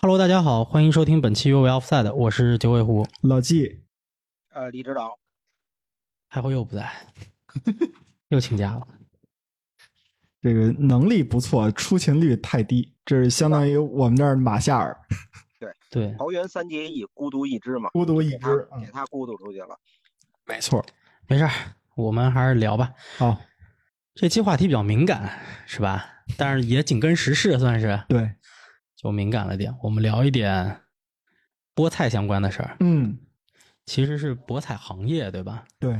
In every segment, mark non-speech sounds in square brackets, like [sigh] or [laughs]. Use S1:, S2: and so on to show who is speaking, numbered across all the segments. S1: Hello，大家好，欢迎收听本期《越位 Offside》，我是九尾狐，
S2: 老纪，
S3: 呃，李指导，
S1: 海辉又不在，又请假了。
S2: 这个能力不错，出勤率太低，这是相当于我们这儿马夏尔
S1: 对，
S3: 桃园三结义，孤独一只嘛，
S2: 孤独一
S3: 给他
S2: 只。嗯
S3: 给他孤独出去了。
S2: 没错，
S1: 没事儿，我们还是聊吧。
S2: 好，
S1: 这期话题比较敏感，是吧？但是也紧跟时事，算是
S2: 对，
S1: 就敏感了点。我们聊一点菠菜相关的事儿，
S2: 嗯，
S1: 其实是博彩行业，对吧？
S2: 对，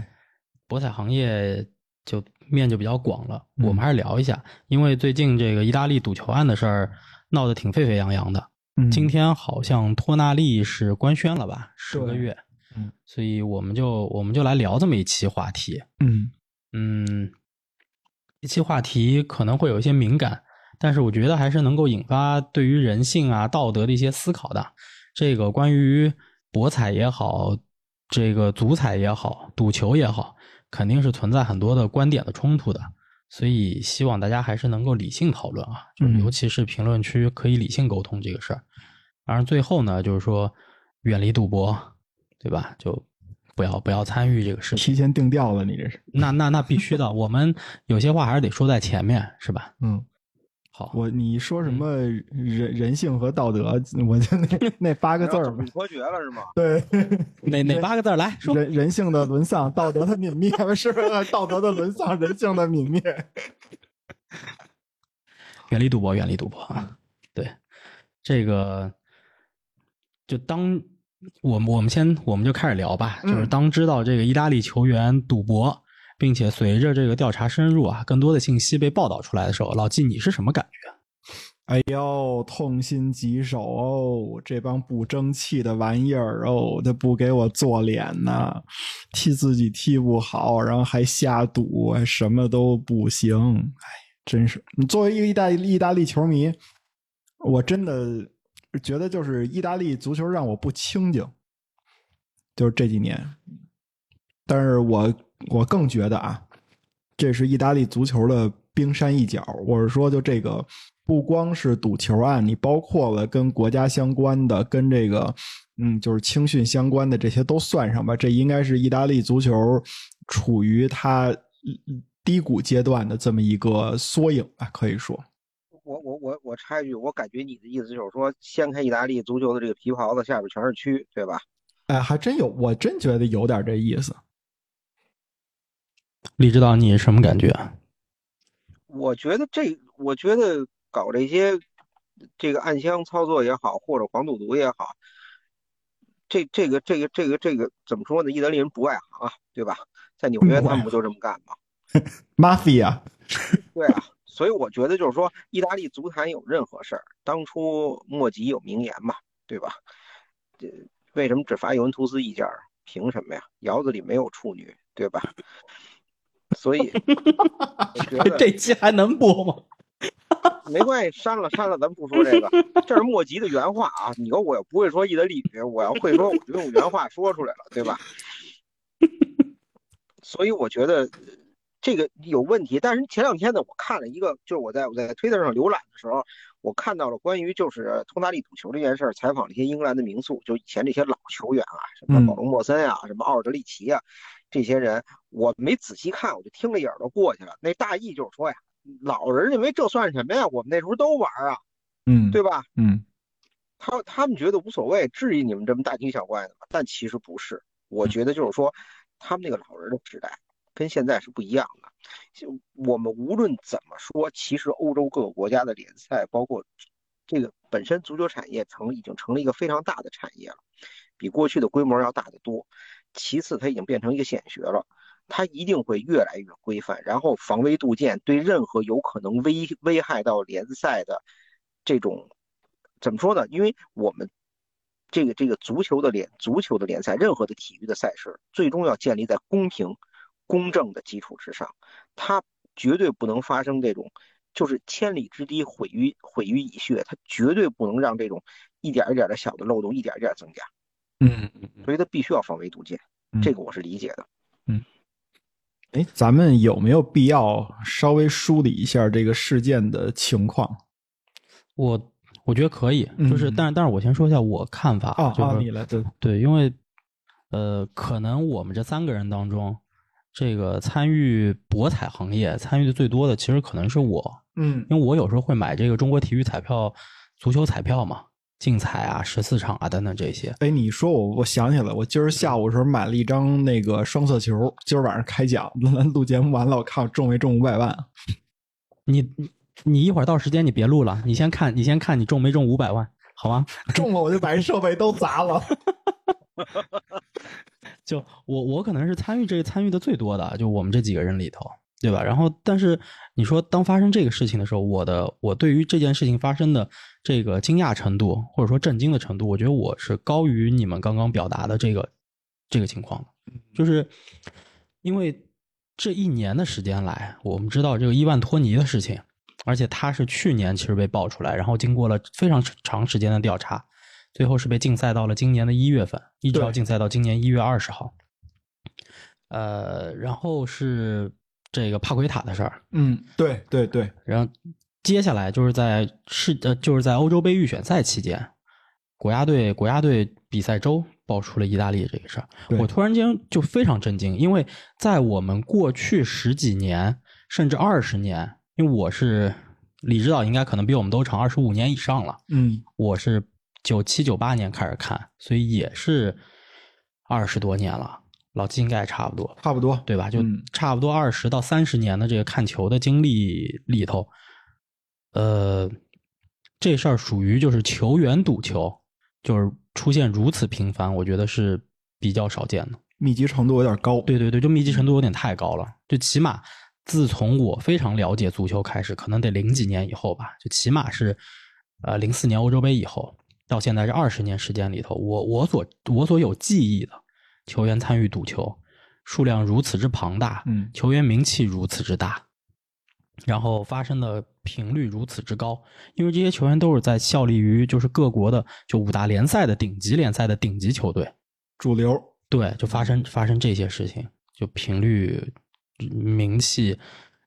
S1: 博彩行业就面就比较广了，
S2: 嗯
S1: 我们还是聊一下，因为最近这个意大利赌球案的事儿闹得挺沸沸扬扬的。
S2: 嗯，
S1: 今天好像托纳利是官宣了吧，十个月，
S2: 嗯，
S1: 所以我们就我们就来聊这么一期话题，
S2: 嗯，
S1: 嗯，这期话题可能会有一些敏感，但是我觉得还是能够引发对于人性啊、道德的一些思考的。这个关于博彩也好，这个足彩也好，赌球也好，肯定是存在很多的观点的冲突的，所以希望大家还是能够理性讨论啊，就是
S2: 嗯
S1: 尤其是评论区可以理性沟通这个事儿。当然，最后呢，就是说远离赌博，对吧？就不要不要参与这个事情。
S2: 提前定调了，你这是，
S1: 那那那必须的，我们有些话还是得说在前面，是吧？
S2: 嗯，
S1: 好，
S2: 我你说
S1: 嗯
S2: 什么人人性和道德，我就
S1: [laughs]
S2: 那那八个字
S3: 然
S2: 儿
S3: 后
S2: 吧
S3: 走，科学了是吗？
S2: 对，
S1: 哪哪八个字儿来说？
S2: 人人性的沦丧，道德的泯灭，是不是道德的沦丧，人性的泯灭，
S1: 远离赌博，远离赌博啊！对，这个就当我们我们先我们就开始聊吧，
S2: 嗯
S1: 就是当知道这个意大利球员赌博，并且随着这个调查深入啊，更多的信息被报道出来的时候，老纪你是什么感觉？
S2: 哎呦，痛心疾首哦！这帮不争气的玩意儿哦，他不给我做脸呐，踢自己踢不好，然后还下赌，还什么都不行。哎，真是！你作为一个意大利意大利球迷，我真的觉得就是意大利足球让我不清静，就是这几年。但是我我更觉得啊，这是意大利足球的冰山一角。我是说，就这个不光是赌球案，你包括了跟国家相关的、跟这个嗯，就是青训相关的这些都算上吧。这应该是意大利足球处于它嗯低谷阶段的这么一个缩影吧，可以说。
S3: 我我我我插一句，我感觉你的意思就是说，掀开意大利足球的这个皮袍子，下边全是蛆，对吧？
S2: 哎，还真有，我真觉得有点这意思。
S1: 李指导，你是什么感觉？啊
S3: 我觉得这，我觉得搞这些这个暗箱操作也好，或者黄赌毒也好，这这个这个这个这个怎么说呢？意大利人不外行啊，对吧？在纽约
S2: 嗯不外
S3: 他们不就这么干吗？
S2: mafia，
S3: 对啊， [laughs] 所以我觉得就是说，意大利足坛有任何事儿，当初莫吉有名言嘛，对吧？这为什么只罚尤文图斯一家儿？凭什么呀？窑子里没有处女，对吧？所以我觉得
S1: [laughs] 这期还能播吗？
S3: 没关系，删了删了，咱们不说这个。这是莫吉的原话啊！你说我又不会说意大利语，我要会说，我就用原话说出来了，对吧？ [laughs] 所以我觉得呃这个有问题。但是前两天呢，我看了一个，就是我在我在推特上浏览的时候，我看到了关于就是托纳利赌球这件事儿，采访了一些英格兰的名宿，就以前这些老球员啊，什么
S2: 嗯
S3: 保罗莫森啊，什么奥尔德利奇啊，这些人，我没仔细看，我就听了一耳朵过去了。那大意就是说呀。老人认为这算什么呀？我们那时候都玩啊，
S2: 嗯，
S3: 对吧？
S2: 嗯，
S3: 他他们觉得无所谓，质疑你们这么大惊小怪的嘛，但其实不是。我觉得就是说，他们那个老人的时代跟现在是不一样的。就我们无论怎么说，其实欧洲各个国家的联赛，包括这个本身足球产业成已经成了一个非常大的产业了，比过去的规模要大得多。其次，它已经变成一个显学了。它一定会越来越规范，然后防微杜渐，对任何有可能危危害到联赛的这种怎么说呢？因为我们这个这个足球的联足球的联赛，任何的体育的赛事，最终要建立在公平、公正的基础之上，它绝对不能发生这种就是千里之堤毁于毁于蚁穴，它绝对不能让这种一点儿一点儿的小的漏洞一点儿一点儿增加，
S2: 嗯，
S3: 所以它必须要防微杜渐，
S2: 嗯
S3: 这个我是理解的。
S2: 哎，咱们有没有必要稍微梳理一下这个事件的情况？
S1: 我我觉得可以，就是
S2: 嗯
S1: 但是但是我先说一下我看法，
S2: 啊
S1: 就是
S2: 啊，你来对，
S1: 对，因为呃，可能我们这三个人当中，这个参与博彩行业参与的最多的，其实可能是我，
S2: 嗯
S1: 因为我有时候会买这个中国体育彩票、足球彩票嘛，竞彩啊、十四场啊等等这些。
S2: 哎，你说我，我想起来，我今儿下午的时候买了一张那个双色球，今儿晚上开奖， [laughs] 咱录节目完了，我看我中没中五百万。 [laughs]
S1: 你你一会儿到时间你别录了，你先看你先看你中没中五百万，好吗？
S2: 中了我就把这设备都砸了。
S1: 就我我可能是参与这个参与的最多的，就我们这几个人里头，对吧？然后，但是你说当发生这个事情的时候，我的我对于这件事情发生的这个惊讶程度或者说震惊的程度，我觉得我是高于你们刚刚表达的这个这个情况的，就是因为这一年的时间来，我们知道这个伊万托尼的事情，而且他是去年其实被爆出来，然后经过了非常长时间的调查，最后是被禁赛到了今年的一月份，一直要
S2: 对
S1: 禁赛到今年一月二十号。呃，然后是这个帕奎塔的事儿，
S2: 嗯，对对对，
S1: 然后接下来就是在世呃就是在欧洲杯预选赛期间，国家队国家队比赛周爆出了意大利这个事儿，
S2: 对
S1: 我突然间就非常震惊，因为在我们过去十几年甚至二十年，因为我是李指导应该可能比我们都长二十五年以上了，
S2: 嗯
S1: 我是九七九八年开始看，所以也是二十多年了，老季应该也差不多。
S2: 差不多。
S1: 对吧？就
S2: 嗯
S1: 差不多二十到三十年的这个看球的经历里头，呃，这事儿属于就是球员赌球，就是出现如此频繁，我觉得是比较少见的。
S2: 密集程度有点高。
S1: 对对对，就密集程度有点太高了。就起码自从我非常了解足球开始，可能得零几年以后吧，就起码是呃零四年欧洲杯以后到现在这二十年时间里头，我我所我所有记忆的球员参与赌球数量如此之庞大，
S2: 嗯
S1: 球员名气如此之大，然后发生的频率如此之高，因为这些球员都是在效力于就是各国的就五大联赛的顶级联赛的顶级球队，
S2: 主流。
S1: 对，就发生发生这些事情，就频率、嗯名气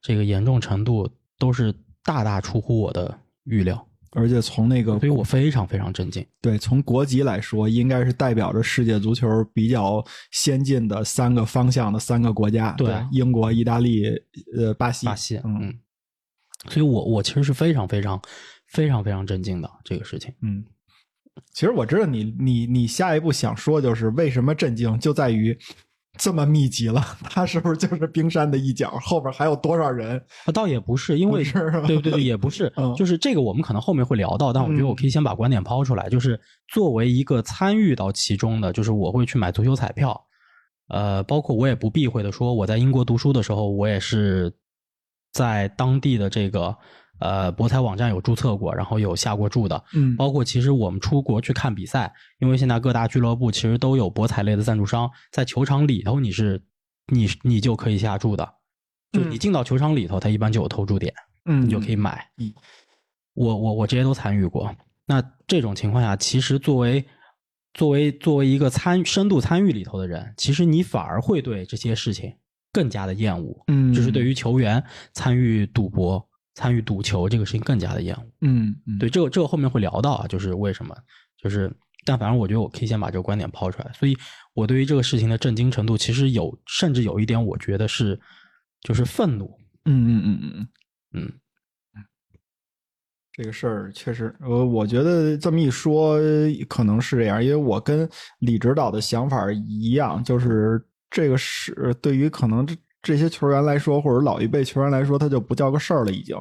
S1: 这个严重程度都是大大出乎我的预料，
S2: 而且从那个
S1: 所以我非常非常震惊。
S2: 对从国籍来说，应该是代表着世界足球比较先进的三个方向的三个国家，
S1: 对
S2: 英国、意大利、呃巴西。
S1: 巴西，
S2: 嗯
S1: 嗯，所以我我其实是非常非常非常非常震惊的这个事情。
S2: 嗯，其实我知道你你你下一步想说就是为什么震惊，就在于这么密集了，它是不是就是冰山的一角？后边还有多少人？
S1: 啊，倒也不是，因
S2: 不
S1: 为
S2: 是啊，
S1: 对对对，也不是
S2: 嗯
S1: 就是这个我们可能后面会聊到，但我觉得我可以先把观点抛出来，就是作为一个参与到其中的，就是我会去买足球彩票，呃，包括我也不避讳的说，我在英国读书的时候，我也是在当地的这个呃博彩网站有注册过，然后有下过注的，
S2: 嗯
S1: 包括其实我们出国去看比赛，因为现在各大俱乐部其实都有博彩类的赞助商，在球场里头你是你你就可以下注的，就
S2: 嗯
S1: 你进到球场里头，它一般就有投注点，
S2: 嗯
S1: 你就可以买
S2: 嗯。
S1: 我我我这些都参与过。那这种情况下，其实作为作为作为一个参深度参与里头的人，其实你反而会对这些事情更加的厌恶，
S2: 嗯，
S1: 就是对于球员参与赌博、参与赌球这个事情更加的厌恶。
S2: 嗯嗯
S1: 对，这个这个后面会聊到啊，就是为什么，就是但反正我觉得我可以先把这个观点抛出来，所以我对于这个事情的震惊程度，其实有甚至有一点，我觉得是就是愤怒，
S2: 嗯嗯嗯嗯嗯。
S1: 嗯，
S2: 这个事儿确实，我我觉得这么一说可能是这样，因为我跟李指导的想法一样，就是这个是对于可能这这些球员来说，或者老一辈球员来说，它就不叫个事儿了，已经，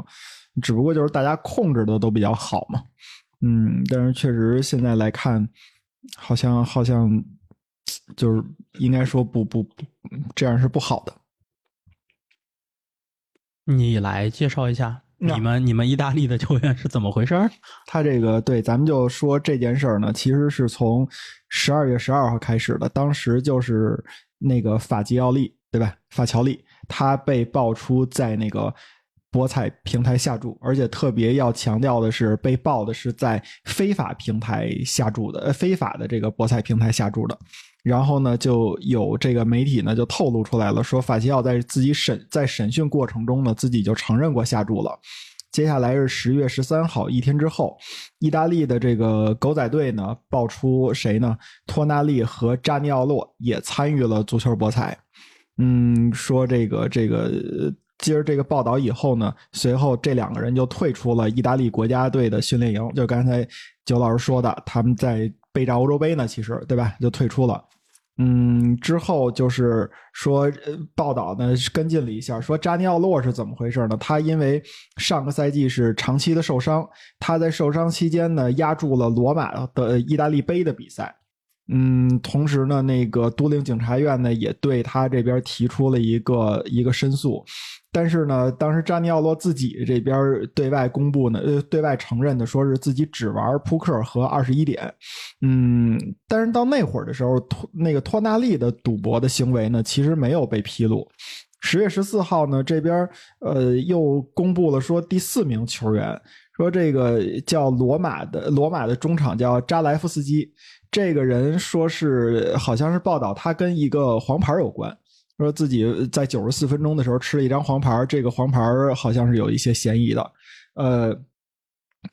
S2: 只不过就是大家控制的都比较好嘛。嗯，但是确实现在来看，好像好像就是应该说不不不，这样是不好的。
S1: 你来介绍一下
S2: 那
S1: 你们你们意大利的球员是怎么回事儿？
S2: 他这个对，咱们就说这件事儿呢，其实是从十二月十二号开始的。当时就是那个法吉奥利，对吧？法乔利，他被爆出在那个博彩平台下注，而且特别要强调的是，被爆的是在非法平台下注的，呃，非法的这个博彩平台下注的。然后呢，就有这个媒体呢就透露出来了，说法西奥在自己审在审讯过程中呢，自己就承认过下注了。接下来是十月十三号，一天之后，意大利的这个狗仔队呢爆出谁呢？托纳利和扎尼奥洛也参与了足球博彩。嗯，说这个这个，接着这个报道以后呢，随后这两个人就退出了意大利国家队的训练营。就刚才九老师说的，他们在备战欧洲杯呢，其实对吧？就退出了。嗯，之后就是说，呃报道呢跟进了一下，说扎尼奥洛是怎么回事呢？他因为上个赛季是长期的受伤，他在受伤期间呢压住了罗马的意大利杯的比赛。嗯，同时呢，那个都灵检察院呢也对他这边提出了一个一个申诉，但是呢，当时扎尼奥洛自己这边对外公布呢，呃，对外承认的说是自己只玩扑克和二十一点，嗯，但是到那会儿的时候，托那个托纳利的赌博的行为呢，其实没有被披露。十月十四号呢，这边呃又公布了说第四名球员，说这个叫罗马的罗马的中场叫扎莱夫斯基，这个人说是好像是报道他跟一个黄牌有关，说自己在九十四分钟的时候吃了一张黄牌，这个黄牌好像是有一些嫌疑的，呃。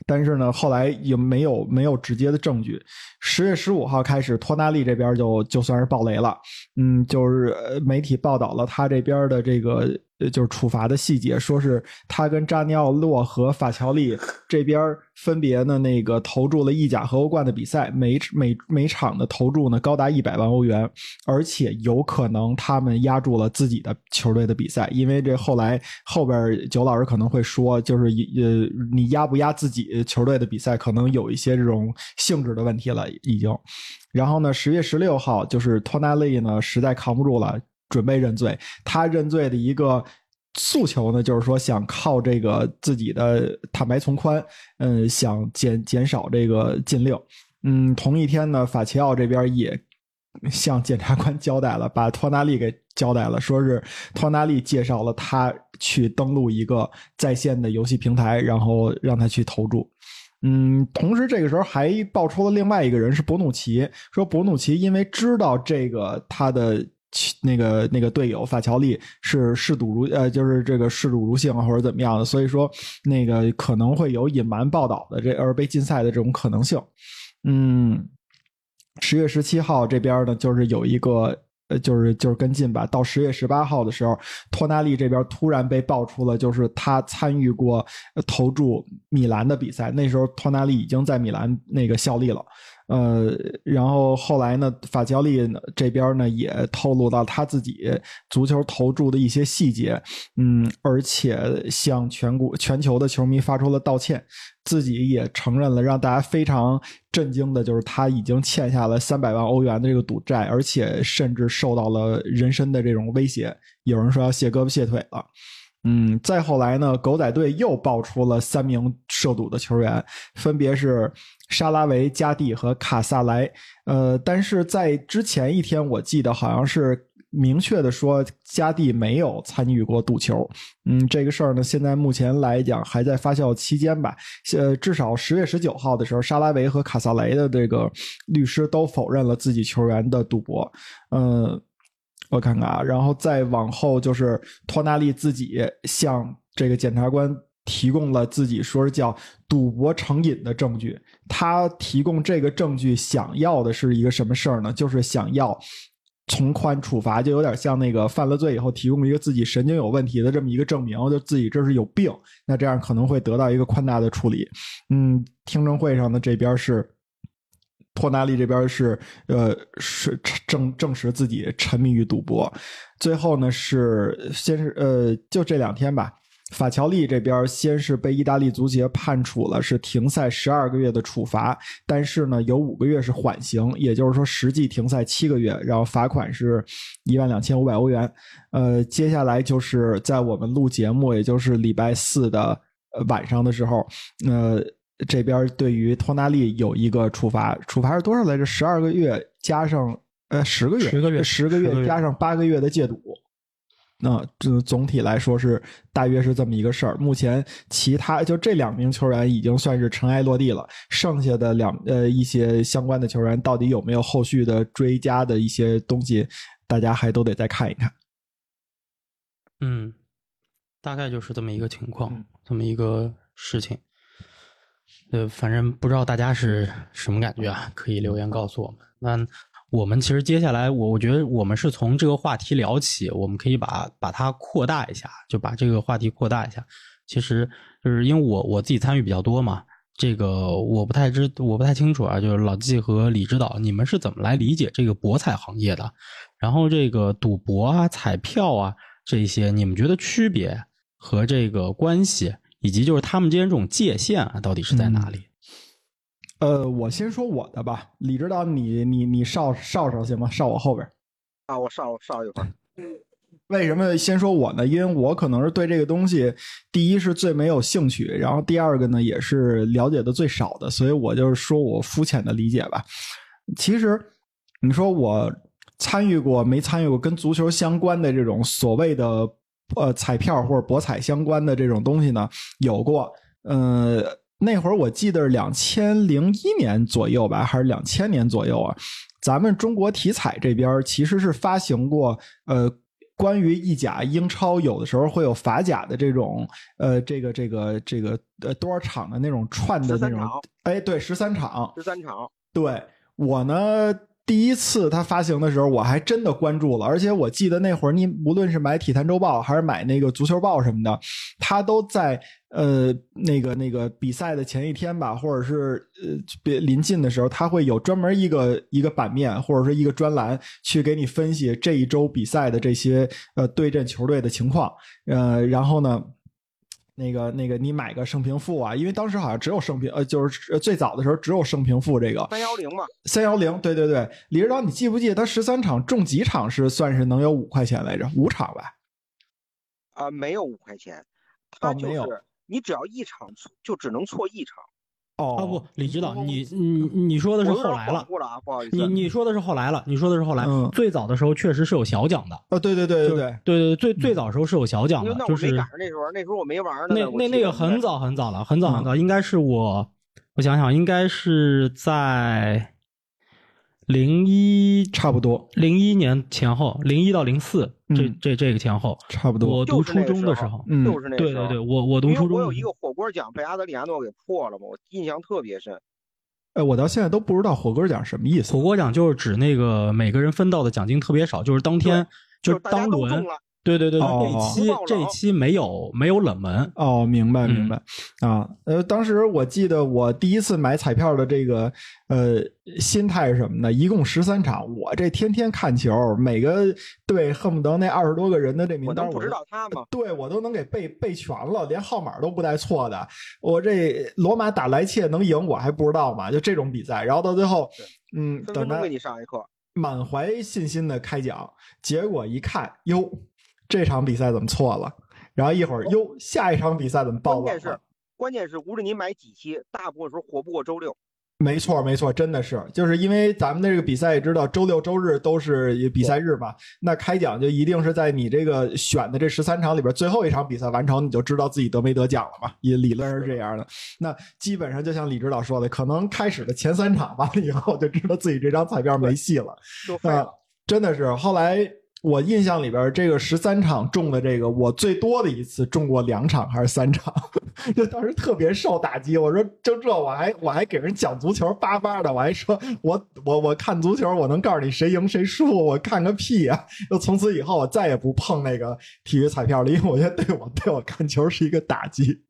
S2: 但是呢，后来也没有没有直接的证据。十月十五号开始，托纳利这边就就算是爆雷了，嗯，就是呃媒体报道了他这边的这个呃就是处罚的细节，说是他跟扎尼奥洛和法乔利这边分别呢那个投注了意甲和欧冠的比赛，每每每场的投注呢高达一百万欧元，而且有可能他们压住了自己的球队的比赛，因为这后来后边九老师可能会说，就是呃你压不压自己球队的比赛，可能有一些这种性质的问题了已经。然后呢，十月十六号就是托纳利呢实在扛不住了，准备认罪。他认罪的一个诉求呢，就是说想靠这个自己的坦白从宽，嗯，想减减少这个禁令。嗯，同一天呢，法齐奥这边也向检察官交代了，把托纳利给交代了，说是托纳利介绍了他去登录一个在线的游戏平台，然后让他去投注。嗯，同时这个时候还爆出了另外一个人是博努奇，说博努奇因为知道这个他的其那个那个队友法乔利是嗜赌如呃，就是这个嗜赌如性啊或者怎么样的，所以说那个可能会有隐瞒报道的这而被禁赛的这种可能性。嗯，十月十七号这边呢，就是有一个。呃，就是就是跟进吧。到十月十八号的时候，托纳利这边突然被爆出了，就是他参与过呃投注米兰的比赛。那时候托纳利已经在米兰那个效力了。呃，然后后来呢，法乔利呢这边呢也透露到他自己足球投注的一些细节，嗯，而且向全国全球的球迷发出了道歉，自己也承认了让大家非常震惊的，就是他已经欠下了三百万欧元的这个赌债，而且甚至受到了人身的这种威胁，有人说要卸胳膊卸腿了。嗯，再后来呢，狗仔队又爆出了三名涉赌的球员，分别是沙拉维、加蒂和卡萨莱。呃，但是在之前一天，我记得好像是明确的说加蒂没有参与过赌球。嗯，这个事儿呢，现在目前来讲还在发酵期间吧。呃，至少十月十九号的时候，沙拉维和卡萨雷的这个律师都否认了自己球员的赌博。嗯、我看看啊，然后再往后就是托纳利自己向这个检察官提供了自己说是叫赌博成瘾的证据。他提供这个证据想要的是一个什么事儿呢？就是想要从宽处罚，就有点像那个犯了罪以后提供一个自己神经有问题的这么一个证明，就自己这是有病，那这样可能会得到一个宽大的处理。嗯，听证会上呢，这边是托纳利这边是呃是证证实自己沉迷于赌博，最后呢是先是呃就这两天吧，法乔利这边先是被意大利足协判处了是停赛十二个月的处罚，但是呢有五个月是缓刑，也就是说实际停赛七个月，然后罚款是一万两千五百欧元。呃，接下来就是在我们录节目，也就是礼拜四的呃晚上的时候，呃，这边对于托纳利有一个处罚，处罚是多少来着？十二个月加上呃十个月，
S1: 10个月
S2: 十个
S1: 10个
S2: 月
S1: 月
S2: 加上八个月的戒赌。那这总体来说是大约是这么一个事儿。目前其他就这两名球员已经算是尘埃落地了，剩下的两呃一些相关的球员到底有没有后续的追加的一些东西，大家还都得再看一看。
S1: 嗯，大概就是这么一个情况，
S2: 嗯
S1: 这么一个事情。呃，反正不知道大家是什么感觉啊，可以留言告诉我们。那我们其实接下来，我我觉得我们是从这个话题聊起，我们可以把把它扩大一下，就把这个话题扩大一下。其实就是因为我我自己参与比较多嘛，这个我不太知我不太清楚啊，就是老纪和李指导，你们是怎么来理解这个博彩行业的？然后这个赌博啊、彩票啊这些，你们觉得区别和这个关系，以及就是他们之间这种界限啊，到底是在哪里？
S2: 呃，我先说我的吧，李指导你，你你少少少行吗？少我后边儿。
S3: 啊，我上我上一
S1: [laughs]
S3: 会儿，
S2: 为什么先说我呢？因为我可能是对这个东西，第一是最没有兴趣，然后第二个呢也是了解的最少的，所以我就是说我肤浅的理解吧。其实你说我参与过没参与过跟足球相关的这种所谓的呃彩票或者博彩相关的这种东西呢？有过，呃，那会儿我记得是两千零一年左右吧，还是两千年左右啊？咱们中国体彩这边儿其实是发行过呃。关于意甲、英超，有的时候会有法甲的这种，呃，这个、这个、这个，呃，多少场的那种串的那
S3: 13
S2: 种
S3: 场，
S2: 哎，对，十三场，
S3: 十三场，
S2: 对我呢，第一次它发行的时候，我还真的关注了，而且我记得那会儿，你无论是买《体坛周报》还是买那个《足球报》什么的，它都在呃那个那个比赛的前一天吧，或者是呃别临近的时候，它会有专门一个一个版面或者说一个专栏去给你分析这一周比赛的这些呃对阵球队的情况，呃，然后呢。那个那个，你买个胜平负啊，因为当时好像只有胜平，呃，就是呃最早的时候只有胜平负这个，
S3: 三幺零嘛，
S2: 三幺零，对对对，李指导，你记不记得他十三场中几场是算是能有五块钱来着？五场吧？
S3: 啊，没有五块
S1: 哦
S3: 钱，它就
S2: 没有
S3: 是你只要一场错就只能错一场。
S2: 哦，
S1: 啊不，李指导，你你你说的是
S3: 我有
S1: 后
S3: 点
S1: 来了
S3: 恍。惚了啊，不好意思，
S1: 你你说的是后来了，你说的是后来。
S2: 嗯
S1: 最早的时候确实是有小奖的，
S2: 哦，对对对对对，
S1: 对对对，最最早的时候是有小奖的，
S3: 那我
S1: 就
S3: 没
S1: 是
S3: 赶上那时候，那时候我没玩呢。
S1: 那
S3: 我
S1: 那
S3: 记
S1: 那
S3: 得
S1: 个很早很早了，很
S2: 嗯
S1: 早很早，应该是我我想想，应该是在零一
S2: 差不多，
S1: 零一年前后，零一到零四这
S2: 嗯
S1: 这这个前后，
S2: 差不多。
S1: 我读
S3: 就是
S1: 初
S3: 那
S1: 中的时
S3: 时候
S1: 候，
S2: 嗯
S3: 就是那
S1: 对
S3: 时候
S1: 对对，，我我读
S3: 因为
S1: 初中
S3: 我有
S1: 的
S3: 一
S1: 时
S3: 个
S1: 候，
S3: 火锅奖被阿德里亚诺给破了嘛，我印象特别深。
S2: 哎，我到现在都不知道火锅奖什么意思
S1: 火。锅奖就是指那个每个人分到的奖金特别少，就是当天
S3: 就是
S1: 是
S3: 大家
S1: 当
S3: 都
S1: 轮
S3: 中，了，
S1: 对对对，
S2: 哦
S1: 这一期
S3: 哦哦
S1: 这一期没有没有冷门，
S2: 哦，明白
S1: 嗯
S2: 明白、啊，呃，当时我记得我第一次买彩票的这个呃心态是什么呢？一共十三场，我这天天看球，每个队恨不得那二十多个人的这名
S3: 我
S2: 单
S3: 能
S2: 我
S3: 不
S2: 都
S3: 知道他吗？
S2: 对我都能给背背全了，连号码都不带错的。我这罗马打莱切能赢，我还不知道嘛？就这种比赛，然后到最后，嗯，
S3: 分
S2: 等
S3: 分钟
S2: 他
S3: 给你上一课。
S2: 满怀信心的开奖，结果一看，哟，这场比赛怎么错了？然后一会儿，哟，下一场比赛怎么爆
S3: 哦关
S2: 冷
S3: 键是
S2: 了？，
S3: 关键是，无论你买几期，大部分时候活不过周六。
S2: 没错，没错，真的是，就是因为咱们的这个比赛也知道，周六周日都是比赛日嘛，那开奖就一定是在你这个选的这十三场里边最后一场比赛完成，你就知道自己得没得奖了嘛，也理论是这样的。那基本上就像李指导说的，可能开始的前三场完了以后，就知道自己这张彩票没戏了。
S3: 就废
S2: 啊
S3: 了，，
S2: 真的是。后来我印象里边，这个十三场中的这个，我最多的一次中过两场还是三场， [laughs] 就当时特别受打击。我说，就这我还我还给人讲足球巴巴的，我还说我我我看足球，我能告诉你谁赢谁输，我看个屁呀、就从此以后，我再也不碰那个体育彩票了，因为我觉得对我对我看球是一个打击。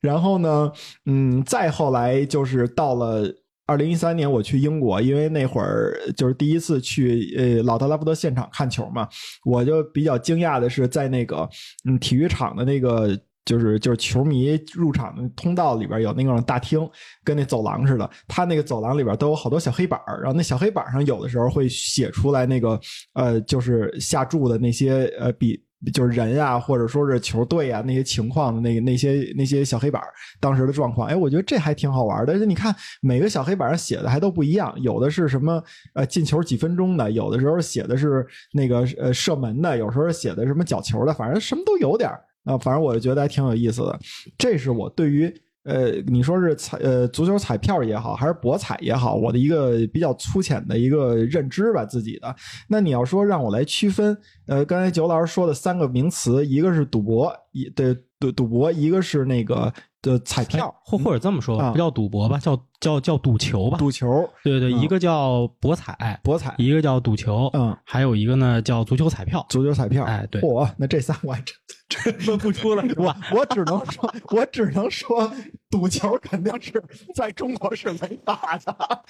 S2: 然后呢，嗯，再后来就是到了二零一三年，我去英国，因为那会儿就是第一次去呃老特拉福德现场看球嘛，我就比较惊讶的是，在那个嗯体育场的那个。就是就是球迷入场的通道里边有那种大厅，跟那走廊似的。它那个走廊里边都有好多小黑板儿然后那小黑板上有的时候会写出来那个呃，就是下注的那些呃比就是人啊，或者说是球队啊那些情况的那那些那些小黑板儿当时的状况。哎，我觉得这还挺好玩的。而且你看每个小黑板上写的还都不一样，有的是什么呃进球几分钟的，有的时候写的是那个呃射门的，有时候写的什么角球的，反正什么都有点儿啊、反正我就觉得还挺有意思的。这是我对于呃，你说是彩呃足球彩票也好，还是博彩也好，我的一个比较粗浅的一个认知吧，自己的。那你要说让我来区分，呃，刚才九老师说的三个名词，一个是赌博，一对赌赌博，一个是那个的彩票
S1: 哎，或或者这么说吧，
S2: 啊
S1: 不叫赌博吧，叫叫叫赌球吧。
S2: 赌球、
S1: 对对，
S2: 嗯
S1: 一个叫博彩，
S2: 博彩，
S1: 一个叫赌球，
S2: 嗯，
S1: 还有一个呢叫足球彩票。
S2: 足球彩票。
S1: 哎对
S2: 嚯，那这三我还真真分不出来。我我只能说，我只能说，赌球肯定是在中国是违法的。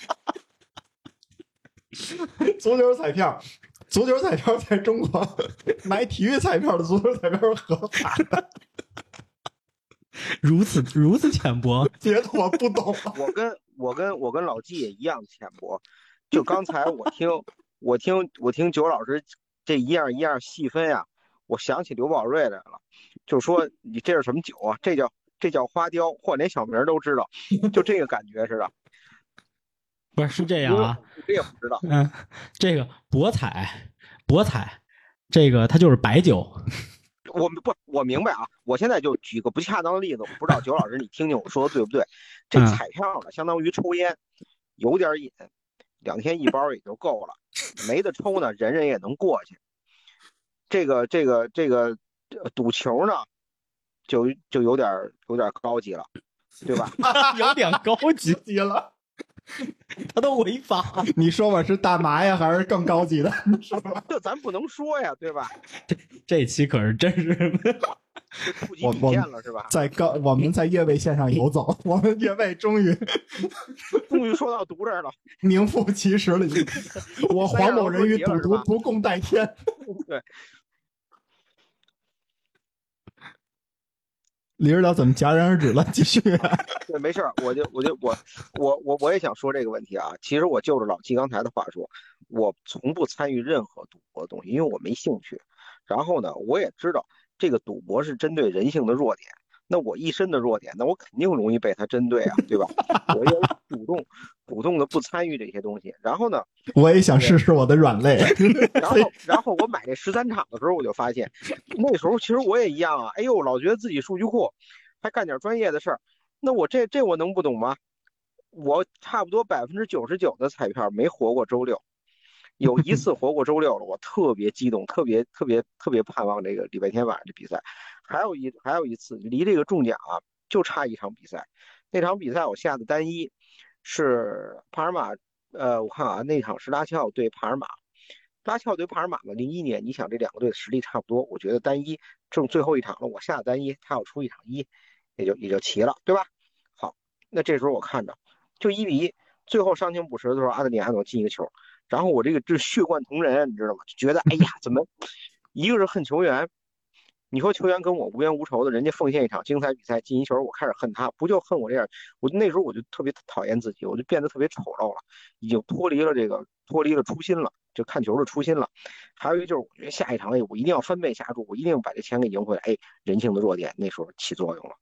S2: 足球彩票，足球彩票在中国买体育彩票的足球彩票是合法的，
S1: 如此如此浅薄，
S2: 别的我不懂。 [laughs]
S3: 我跟我跟我跟老纪也一样浅薄，就刚才我听我听我听九老师这一样一样细分呀、我想起刘宝瑞来了，就说你这是什么酒啊？这叫这叫花雕，嚯，连小名儿都知道，就这个感觉似的。
S1: 不是是这
S3: 哎
S1: 样啊？，
S3: 这也不知道。
S1: 嗯，这个博彩，博彩，这个它就是白酒，
S3: 我们不，我明白啊。我现在就举个不恰当的例子，我不知道九老师你听听我说的对不对？这
S1: 嗯
S3: 彩票呢，相当于抽烟，有点瘾，两天一包也就够了，没得抽呢，忍忍也能过去。这个这个这个呃赌球呢，就就有点有点高级了，对吧？ [laughs]
S1: 有点高级，
S2: 急了，
S1: 它都违法。
S2: 你说我是大麻呀，还是更高级的？ [laughs] 你说吧。
S3: 这咱不能说呀，对吧？
S1: [laughs] 这期可是真是，
S3: 这触及
S2: 我
S3: 底
S2: 我
S3: 线了是吧？
S2: 在高，我们在越位线上游走，我们越位终于
S3: 终于说到毒这儿了，
S2: [laughs] 名副其实了。已经我黄某人与赌徒不共戴天。
S3: 对，
S2: 李指导怎么戛然而止了？继续、
S3: 对，没事儿，我就我就我我我我也想说这个问题啊。其实我就着老季刚才的话说，我从不参与任何赌博的东西，因为我没兴趣。然后呢，我也知道这个赌博是针对人性的弱点。那我一身的弱点，那我肯定容易被他针对啊，对吧？我也主动主动的不参与这些东西。然后呢，
S2: 我也想试试我的软肋。
S3: 然后，然后我买这十三场的时候，我就发现，那时候其实我也一样啊。哎呦，老觉得自己数据库，还干点专业的事儿。那我这这我能不懂吗？我差不多百分之九十九的彩票没活过周六，有一次活过周六了，我特别激动，特别特别特别盼望这个礼拜天晚上的比赛。还有一还有一次离这个中奖啊，就差一场比赛。那场比赛我下的单一是帕尔马，呃，我看啊，那场是拉齐奥对帕尔马，拉齐奥对帕尔马呢，零一年，你想这两个队的实力差不多，我觉得单一正最后一场了，我下单一，他要出一场一，也就也就齐了，对吧？好，那这时候我看着就一比一，最后伤停补时的时候，阿德里亚诺进一个球，然后我这个这血贯同人，你知道吗？就觉得哎呀，怎么一个是恨球员，你说球员跟我无冤无仇的，人家奉献一场精彩比赛进一球，我开始恨他，不就恨我这样？我那时候我就特别讨厌自己，我就变得特别丑陋了，已经脱离了这个脱离了初心了，就看球的初心了。还有一个就是，我觉得下一场哎，我一定要翻倍下注，我一定要把这钱给赢回来。哎，人性的弱点那时候起作用了。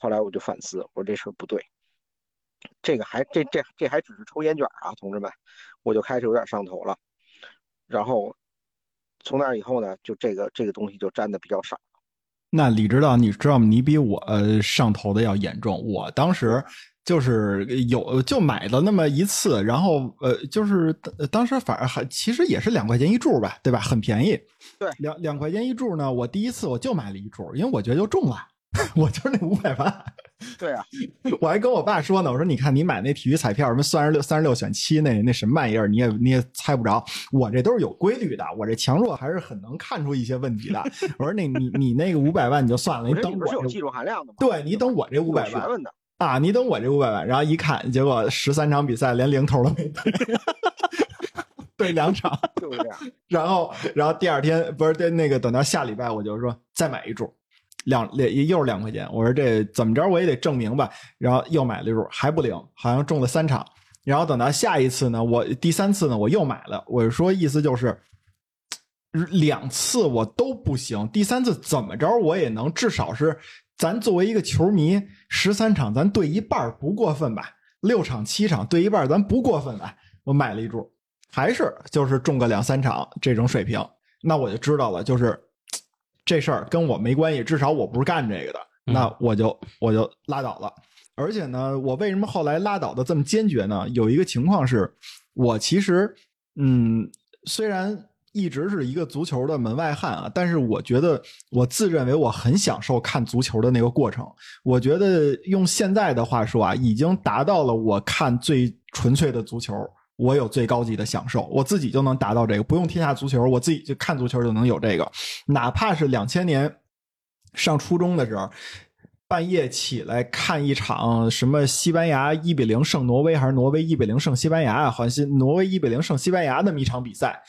S3: 后来我就反思，我说这事儿不对，这个还这这这还只是抽烟卷儿啊，同志们，我就开始有点上头了。然后从那以后呢，就这个这个东西就沾的比较少。
S2: 那李指导，你知道吗？你比我呃上头的要严重。我当时就是有就买了那么一次，然后呃，就是呃当时反而还其实也是两块钱一注吧，对吧？很便宜。
S3: 对，
S2: 两两块钱一注呢，我第一次我就买了一注，因为我觉得就中了， [laughs] 我就是那五百万。
S3: 对啊，
S2: 我还跟我爸说呢，我说你看你买那体育彩票什么三十六、三十六选七那那什么玩意儿，你也你也猜不着。我这都是有规律的，我这强弱还是很能看出一些问题的。我说那你你那个五百万你就算了，你
S3: 我这里
S2: 等
S3: 边是有
S2: 我
S3: 技
S2: 这，
S3: 术含量的嘛？
S2: 对你等我这五
S3: 有
S2: 百
S3: 学
S2: 万
S3: 问的。
S2: 啊，你等我这五百万，然后一看，结果十三场比赛连零头都没对， [laughs] 对两场，
S3: 就是这样，
S2: 然后然后第二天不是对那个等到下礼拜我就说再买一注，两两又是两块钱，我说这怎么着我也得证明吧，然后又买了一注还不灵，好像中了三场，然后等到下一次呢，我第三次呢我又买了，我说意思就是。两次我都不行，第三次怎么着我也能，至少是咱作为一个球迷，十三场咱对一半儿不过分吧？六场七场对一半儿咱不过分吧？我买了一注，还是就是中个两三场这种水平，那我就知道了，就是这事儿跟我没关系，至少我不是干这个的。
S1: 嗯
S2: 那我就我就拉倒了。而且呢，我为什么后来拉倒的这么坚决呢？有一个情况是，我其实嗯，虽然一直是一个足球的门外汉啊，但是我觉得我自认为我很享受看足球的那个过程。我觉得用现在的话说啊，已经达到了我看最纯粹的足球。我有最高级的享受，我自己就能达到这个，不用天下足球，我自己就看足球就能有这个。哪怕是两千年上初中的时候，半夜起来看一场什么西班牙一比零胜挪威，还是挪威一比零胜西班牙啊，好像是挪威一比零胜西班牙那么一场比赛，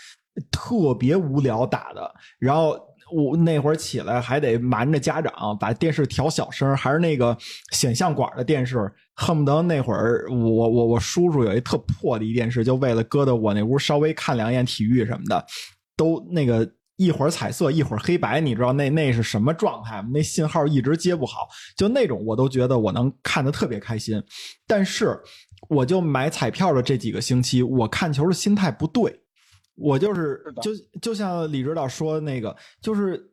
S2: 特别无聊打的，然后。我那会儿起来还得瞒着家长把电视调小声，还是那个显像管的电视，恨不得那会儿我我我我叔叔有一特破的一电视，就为了搁到我那屋稍微看两眼体育什么的，都那个一会儿彩色一会儿黑白，你知道那那是什么状态吗？那信号一直接不好，就那种我都觉得我能看得特别开心。但是我就买彩票的这几个星期，我看球的心态不对，我就是
S3: 是的
S2: 就就像李指导说的那个，就是。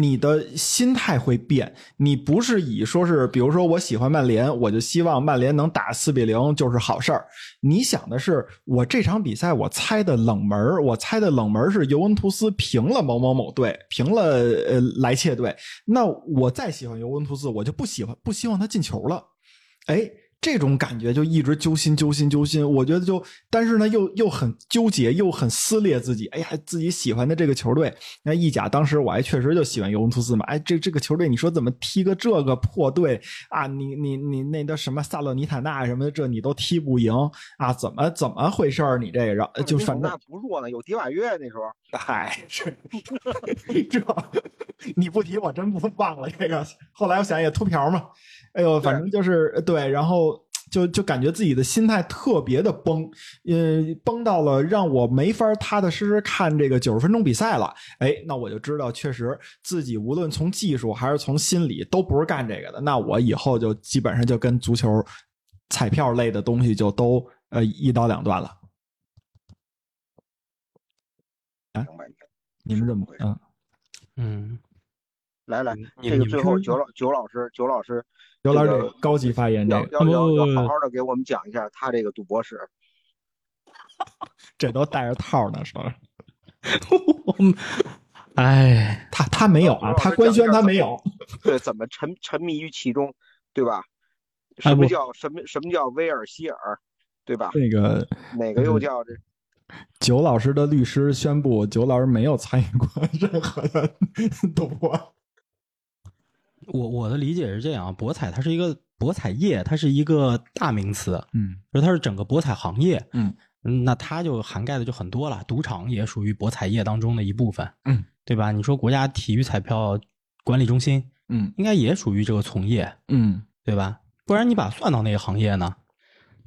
S2: 你的心态会变，你不是以说是，比如说我喜欢曼联，我就希望曼联能打四比零就是好事儿，你想的是，我这场比赛我猜的冷门儿，我猜的冷门儿是尤文图斯平了某某某队，平了呃莱切队。那我再喜欢尤文图斯，我就不喜欢不希望他进球了。哎，这种感觉就一直揪心揪心揪心。我觉得就，但是呢，又又很纠结，又很撕裂自己。哎呀，自己喜欢的这个球队，那意甲当时我还确实就喜欢尤文图斯嘛。哎，这这个球队，你说怎么踢个这个破队啊？你你你那叫什么萨勒尼塔纳什么的，这你都踢不赢啊？怎么怎么回事儿？你这个然后呃就反正啊
S3: 那不弱呢，有迪瓦约那时候，
S2: 嗨，哎是这，你不提我真不忘了这个。后来我想也秃瓢嘛，哎呦，反正就是对，然后就就感觉自己的心态特别的崩，呃，崩到了让我没法踏踏实实看这个九十分钟比赛了。哎，那我就知道，确实自己无论从技术还是从心理都不是干这个的。那我以后就基本上就跟足球、彩票类的东西就都呃一刀两断了。
S3: 明白？
S2: 你们怎么
S3: 是这么回？事
S2: 嗯。
S1: 嗯，
S3: 来来，
S1: 你
S3: 这
S1: 你
S3: 个最
S1: 们
S3: 后
S1: 听
S3: 九老九老师九老师
S2: 刘老师
S3: 这
S2: 得
S3: 个
S2: 高级发言，这
S3: 要
S2: 个
S3: 要
S1: 不
S3: 要
S1: 不
S3: 要
S2: 哦
S1: 不
S3: 好好的给我们讲一下他这个赌博史。 [laughs]
S2: 这都带着套呢，说
S1: [laughs] 哎，
S2: [laughs] 他他没有啊，他官宣他没有，
S3: 对，怎么沉沉迷于其中，对吧？
S1: 哎
S3: 什么
S1: 不
S3: 叫什么什么叫威尔希尔，对吧？
S2: 那个
S3: 哪个
S2: 嗯
S3: 又叫这？
S2: 九老师的律师宣布，九老师没有参与过 [laughs] 任何的赌博。
S1: 我我的理解是这样啊，博彩它是一个博彩业，它是一个大名词，
S2: 嗯
S1: 就它是整个博彩行业，
S2: 嗯
S1: 嗯，那它就涵盖的就很多了，赌场也属于博彩业当中的一部分，
S2: 嗯，
S1: 对吧？你说国家体育彩票管理中心
S2: 嗯
S1: 应该也属于这个从业，
S2: 嗯
S1: 对吧？不然你把它算到那个行业呢？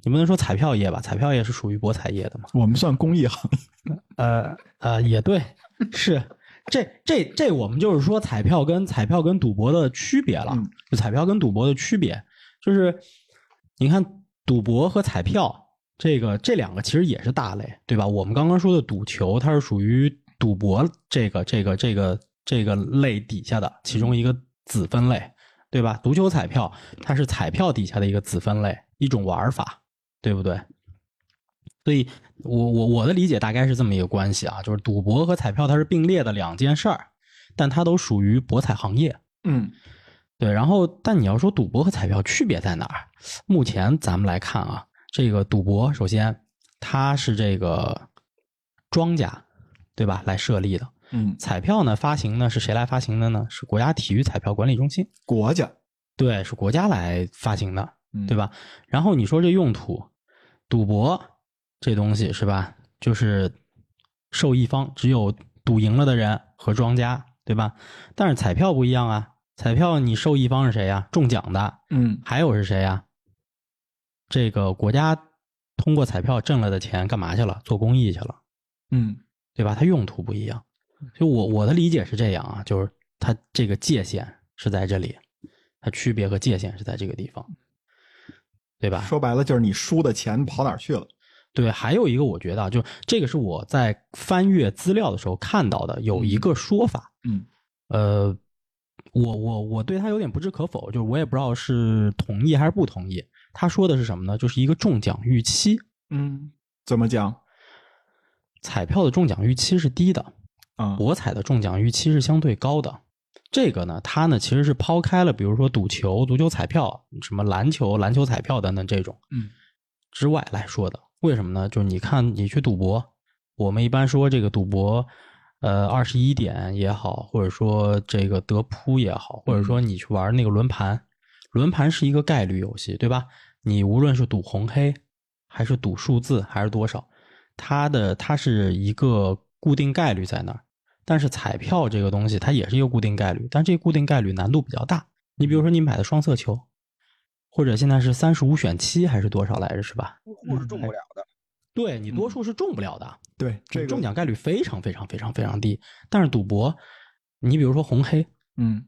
S1: 你不能说彩票业吧？彩票业是属于博彩业的嘛？
S2: 我们算公益行业。
S1: 呃呃，也对，是这这这，我们就是说彩票跟彩票跟赌博的区别了，
S2: 嗯
S1: 就彩票跟赌博的区别，就是你看赌博和彩票这个这两个其实也是大类，对吧？我们刚刚说的赌球，它是属于赌博这个这个这个这个类底下的其中一个子分类，对吧？足球彩票它是彩票底下的一个子分类，一种玩法，对不对？所以我我我的理解大概是这么一个关系啊，就是赌博和彩票它是并列的两件事儿，但它都属于博彩行业。
S2: 嗯
S1: 对，然后但你要说赌博和彩票区别在哪儿？目前咱们来看啊，这个赌博首先它是这个庄家对吧来设立的，
S2: 嗯，
S1: 彩票呢发行呢是谁来发行的呢？是国家体育彩票管理中心，
S2: 国家，
S1: 对，是国家来发行的。
S2: 嗯
S1: 对？吧？然后你说这用途，赌博这东西是吧？就是受益方只有赌赢了的人和庄家，对吧？但是彩票不一样啊，彩票你受益方是谁呀、中奖的，
S2: 嗯
S1: 还有是谁呀、这个国家通过彩票挣了的钱干嘛去了？做公益去了。
S2: 嗯
S1: 对吧？它用途不一样，所以我我的理解是这样啊，就是它这个界限是在这里，它区别和界限是在这个地方，对吧？
S2: 说白了就是你输的钱跑哪儿去了？
S1: 对，还有一个我觉得啊，就这个是我在翻阅资料的时候看到的，有一个说法，
S2: 嗯
S1: 呃，我我我对他有点不置可否，就是我也不知道是同意还是不同意。他说的是什么呢？就是一个中奖预期，
S2: 嗯，怎么讲
S1: 彩票的中奖预期是低的，
S2: 啊？
S1: 博彩的中奖预期是相对高的。这个呢，它呢其实是抛开了，比如说赌球、足球彩票、什么篮球、篮球彩票等等这种
S2: 嗯
S1: 之外来说的。为什么呢？就是你看，你去赌博，我们一般说这个赌博，呃，二十一点也好，或者说这个德扑也好，或者说你去玩那个轮盘，轮盘是一个概率游戏，对吧？你无论是赌红黑，还是赌数字，还是多少，它的它是一个固定概率在那儿。但是彩票这个东西，它也是一个固定概率，但这个固定概率难度比较大。你比如说，你买的双色球，或者现在是三十五选七还是多少来着，是吧？
S3: 户是中
S2: 嗯
S3: 不了
S2: 哎
S3: 的。
S1: 对你多数是中不了的，
S2: 对嗯这个
S1: 中奖概率非常非常非常非常低。但是赌博，你比如说红黑，
S2: 嗯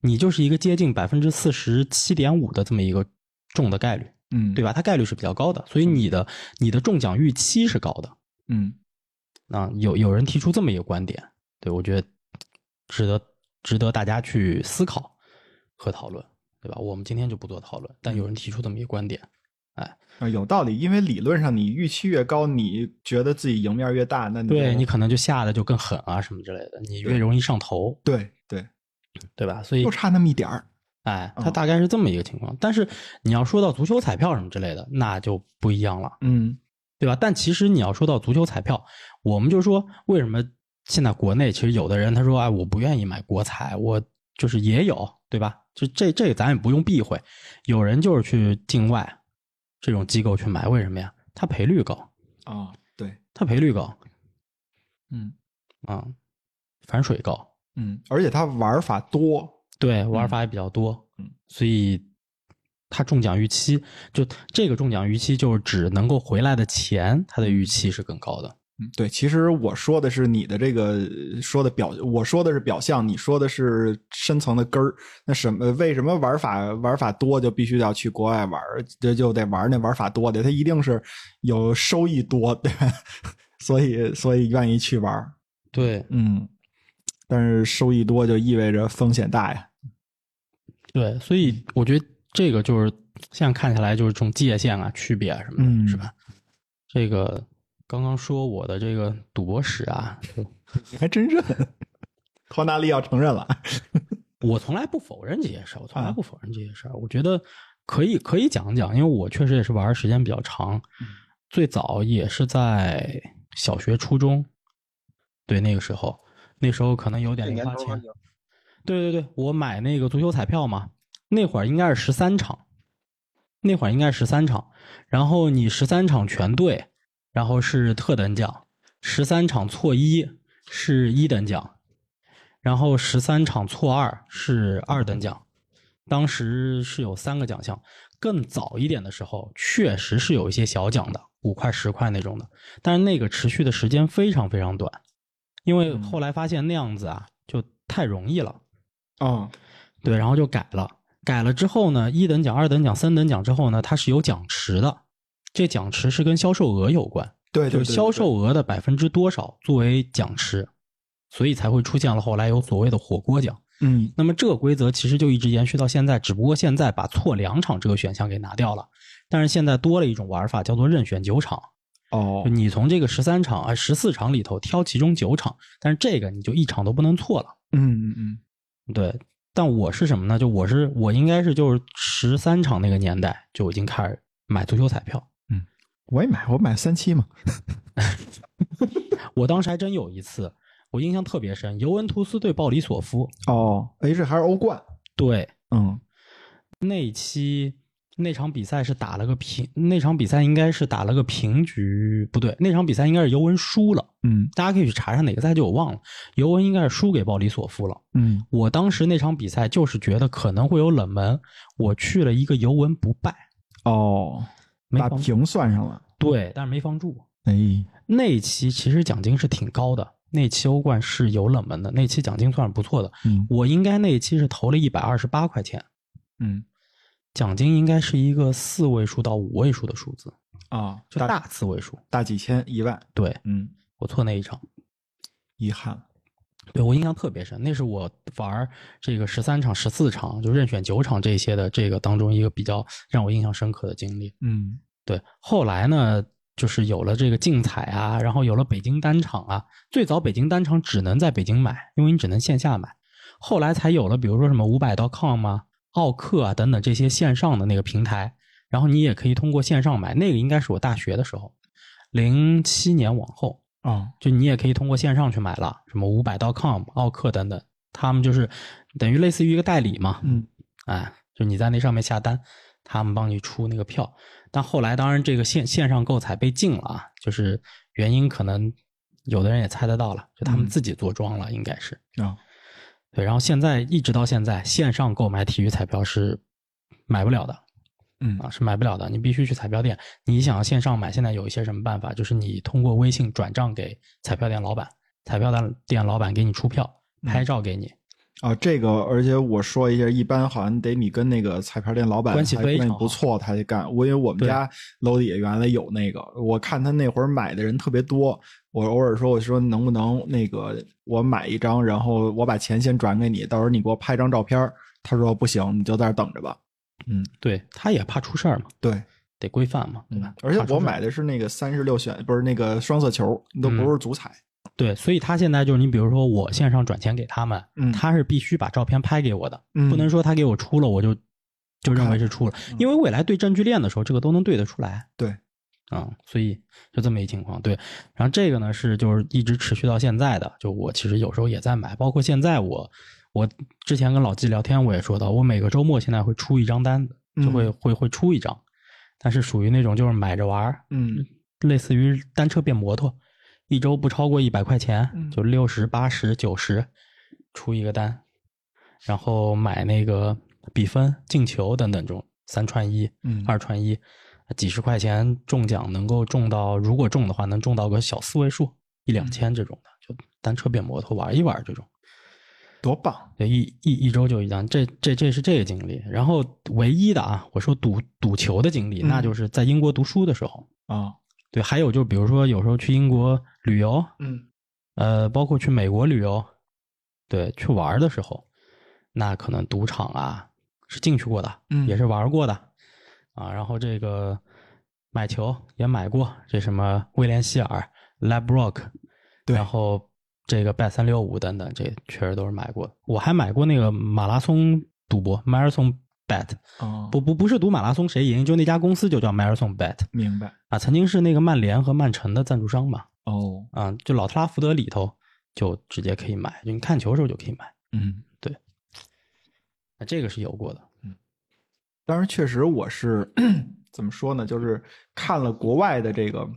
S1: 你就是一个接近百分之四十七点五的这么一个中的概率，
S2: 嗯
S1: 对
S2: 吧
S1: 吧？它概率是比较高的，所以你的你的中奖预期是高的。
S2: 嗯
S1: 啊，有有人提出这么一个观点，对我觉得值得值得大家去思考和讨论，对吧？我们今天就不做讨论，但
S2: 嗯
S1: 有人提出这么一个观点，
S2: 啊有道理，因为理论上你预期越高，你觉得自己赢面越大，那你
S1: 对
S2: 就
S1: 你可能就下的就更狠啊什么之类的，你越
S2: 啊对
S1: 容易上头，
S2: 对对，
S1: 对吧？所以
S2: 就差那么一点儿，
S1: 哎，它
S2: 嗯
S1: 大概是这么一个情况。但是你要说到足球彩票什么之类的，那就不一样了，
S2: 嗯
S1: 对吧？但其实你要说到足球彩票，我们就说为什么现在国内其实有的人他说哎，我不愿意买国彩，我就是也有，对吧？就这这咱也不用避讳，有人就是去境外这种机构去买，为什么呀？它赔率高，
S2: 啊、对，
S1: 它赔率高
S2: 嗯
S1: 啊、反水高，
S2: 嗯，而且它玩法多，
S1: 对，玩法也比较多，
S2: 嗯，
S1: 所以它中奖预期就这个中奖预期就是指能够回来的钱，它的预期是更高的。
S2: 嗯，对，其实我说的是你的这个呃说的表，我说的是表象，你说的是深层的根儿。那什么，为什么玩法玩法多就必须要去国外玩儿，这就得玩那玩法多的，它一定是有收益多，对吧？ [laughs] 所以所以愿意去玩儿，
S1: 对
S2: 嗯。但是收益多就意味着风险大呀，
S1: 对，所
S2: 嗯
S1: 以我觉得这个就是现在看起来就是这种界限啊、区别啊什么的，
S2: 嗯
S1: 是吧？这个刚刚说我的这个赌博史
S2: [laughs]
S1: 啊，
S2: 你还真认。托纳利要承认了，
S1: 我从来不否认这些事儿，我从
S3: 啊
S1: 来不否认这些事儿。我觉得可以可以讲讲，因为我确实也是玩儿时间比较长，
S3: 嗯
S1: 最早也是在小学、初中，对那个时候，那时候可能有点
S3: 这
S1: 零
S3: 年
S1: 花
S3: 头还
S1: 钱
S3: 行。，
S1: 对对对，我买那个足球彩票嘛，那会儿应该是十三场，那会儿应该十三场，然后你十三场全对，然后是特等奖，十三场错一是一等奖，然后十三场错二是二等奖，当时是有三个奖项。更早一点的时候，确实是有一些小奖的，五块、十块那种的，但是那个持续的时间非常非常短，因为
S2: 嗯
S1: 后来发现那样子啊，就太容易了。
S2: 嗯
S1: 对，然后就改了。改了之后呢，一等奖、二等奖、三等奖之后呢，它是有奖池的。这奖池是跟销售额有关，
S2: 对对
S1: 就
S2: 对，
S1: 是销
S2: 对
S1: 售额的百分之多少作为奖池，所以才会出现了后来有所谓的火锅奖。
S2: 嗯
S1: 那么这个规则其实就一直延续到现在，只不过现在把错两场这个选项给拿掉了，但是现在多了一种玩法，叫做任选九场。
S2: 哦
S1: 就你从这个十三场啊十四场里头挑其中九场，但是这个你就一场都不能错了。
S2: 嗯嗯嗯
S1: 对，但我是什么呢？就我是我应该是就是十三场那个年代就已经开始买足球彩票。
S2: 我也买，我买三七嘛，
S1: 我当时还真有一次，我印象特别深，尤文图斯对鲍里索夫，
S2: 哦，H 还是欧冠，
S1: 对
S2: 嗯
S1: 那一期那场比赛是打了个平，那场比赛应该是打了个平局，不对，那场比赛应该是尤文输了，
S2: 嗯
S1: 大家可以去查查哪个赛季我忘了，尤文应该是输给鲍里索夫了。
S2: 嗯
S1: 我当时那场比赛就是觉得可能会有冷门，我去了一个尤文不败，
S2: 哦，
S1: 没
S2: 把
S1: 防
S2: 平算上了，
S1: 对，但是没防住。
S2: 哎，
S1: 那一期其实奖金是挺高的，那期欧冠是有冷门的，那期奖金算是不错的。
S2: 嗯
S1: 我应该那一期是投了一百二十八块钱，
S2: 嗯
S1: 奖金应该是一个四位数到五位数的数字，
S2: 啊，
S1: 就大四位数。
S2: 大几千一万，
S1: 对
S2: 嗯，
S1: 我错那一场，
S2: 遗憾了，
S1: 对我印象特别深，那是我玩这个十三场、十四场，就任选九场这些的这个当中一个比较让我印象深刻的经历。
S2: 嗯
S1: 对，后来呢，就是有了这个竞彩啊，然后有了北京单场啊。最早北京单场只能在北京买，因为你只能线下买。后来才有了，比如说什么五百 .com 啊、奥克啊等等这些线上的那个平台，然后你也可以通过线上买。那个应该是我大学的时候，零七年往后。
S2: 啊
S1: 就你也可以通过线上去买了，什么五百 .com、奥克等等，他们就是等于类似于一个代理嘛，
S2: 嗯
S1: 哎，就你在那上面下单，他们帮你出那个票。但后来当然这个线线上购彩被禁了啊，就是原因可能有的人也猜得到了，就他们
S2: 嗯
S1: 自己做庄了，应该是
S2: 啊
S1: 对。然后现在一直到现在，线上购买体育彩票是买不了的，
S2: 嗯
S1: 啊，是买不了的，你必须去彩票店。你想要线上买，现在有一些什么办法？就是你通过微信转账给彩票店老板，彩票店店老板给你出票，
S2: 嗯
S1: 拍照给你，
S2: 啊，这个而且我说一下，一般好像得你跟那个彩票店老板
S1: 关系
S2: 还
S1: 非
S2: 关
S1: 常
S2: 系不
S1: 好
S2: 错，他才干。我因为我们
S1: 对
S2: 家楼底下原来有那个，我看他那会儿买的人特别多，我偶尔说我说能不能那个我买一张，然后我把钱先转给你，到时候你给我拍张照片儿。他说不行，你就在这儿等着吧。
S1: 对他也怕出事儿嘛，
S2: 对，
S1: 得规范嘛，对吧
S2: 嗯？而且
S1: 怕出
S2: 我
S1: 事儿
S2: 买的是那个三十六选，不是那个双色球，都
S1: 嗯
S2: 不是足彩。
S1: 对，所以他现在就是你，比如说我线上转钱给他们，
S2: 嗯
S1: 他是必须把照片拍给我的，
S2: 嗯
S1: 不能说他给我出了我就就认为是出了，
S2: 嗯
S1: 因为未来对证据链的时候，这个都能对得出来。
S2: 对，
S1: 啊、所以就这么一情况。对，然后这个呢是就是一直持续到现在的，就我其实有时候也在买，包括现在我我之前跟老季聊天，我也说到，我每个周末现在会出一张单子，就会、
S2: 嗯
S1: 会会出一张，但是属于那种就是买着玩儿，
S2: 嗯
S1: 类似于单车变摩托，一周不超过一百块钱，
S2: 嗯
S1: 就六十八十九十出一个单，然后买那个比分、进球等等这种三串一、
S2: 嗯
S1: 二串一，几十块钱中奖能够中到，如果中的话能中到个小四位数，一
S2: 嗯
S1: 两千这种的，就单车变摩托玩一玩这种。
S2: 多棒！
S1: 对，一一一周就一张，这这这是这个经历。然后唯一的啊，我说赌赌球的经历，
S2: 嗯
S1: 那就是在英国读书的时候，
S2: 啊，
S1: 对，还有就比如说有时候去英国旅游，
S2: 嗯
S1: 呃，包括去美国旅游，对，去玩儿的时候，那可能赌场啊是进去过的，
S2: 嗯
S1: 也是玩儿过的啊。然后这个买球也买过，这什么威廉希尔、Labrock，
S2: 对
S1: 然后这个 bet 三六五等等，这确实都是买过的。我还买过那个马拉松赌博 （marathon bet），
S2: 啊，
S1: 不不不是赌马拉松谁赢，就那家公司就叫 marathon bet
S2: 明白
S1: 啊，曾经是那个曼联和曼城的赞助商嘛。
S2: 哦，
S1: 啊，就老特拉福德里头就直接可以买，就你看球的时候就可以买，
S2: 嗯。
S1: 那这个是有过的。
S2: 当然，确实我是怎么说呢？就是看了国外的这个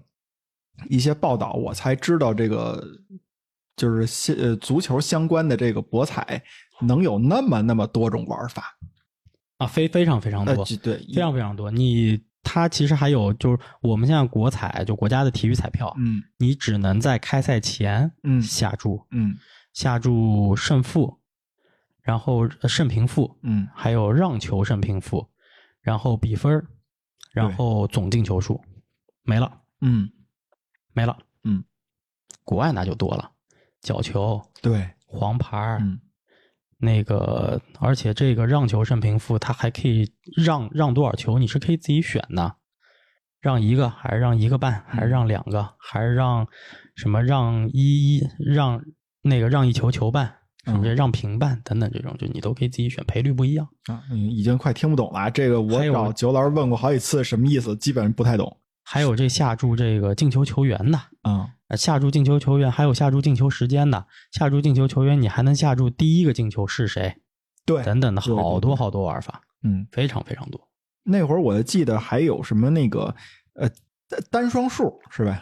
S2: 一些报道，我才知道这个就是西呃足球相关的这个博彩能有那么那么多种玩法。
S1: 啊，非非常非常
S2: 呃
S1: 多，，
S2: 就对，
S1: 非常非常多。你它其实还有就是我们现在国彩就国家的体育彩票，
S2: 嗯
S1: 你只能在开赛前
S2: 嗯
S1: 下注，
S2: 嗯
S1: 下注胜负，然后呃胜平负，
S2: 嗯
S1: 还有让球胜平负，然后比分儿，然
S2: 对
S1: 后总进球数，没了。
S2: 嗯，
S1: 没了。
S2: 嗯，
S1: 国外那就多了，角球、
S2: 对，
S1: 黄牌儿，
S2: 嗯
S1: 那个，而且这个让球胜平负，它还可以让让多少球，你是可以自己选的，让一个，还是让一个半，
S2: 嗯
S1: 还是让两个，还是让什么让一一让那个让一球球半，什
S2: 嗯
S1: 么这让平半等等这种，就你都可以自己选，赔率不一样。
S2: 啊，嗯已经快听不懂了啊。这个我
S1: 还有
S2: 找九老师问过好几次，什么意思？基本不太懂。
S1: 还有这下注这个进球球员的，
S2: 啊
S1: 呃，下注进球球员，还有下注进球时间的，下注进球球员，你还能下注第一个进球是谁，
S2: 对，
S1: 等等的
S2: 对对
S1: 好
S2: 对
S1: 多好多玩法，
S2: 嗯，
S1: 非常非常多。
S2: 那会儿我就记得还有什么那个呃单单双数是吧？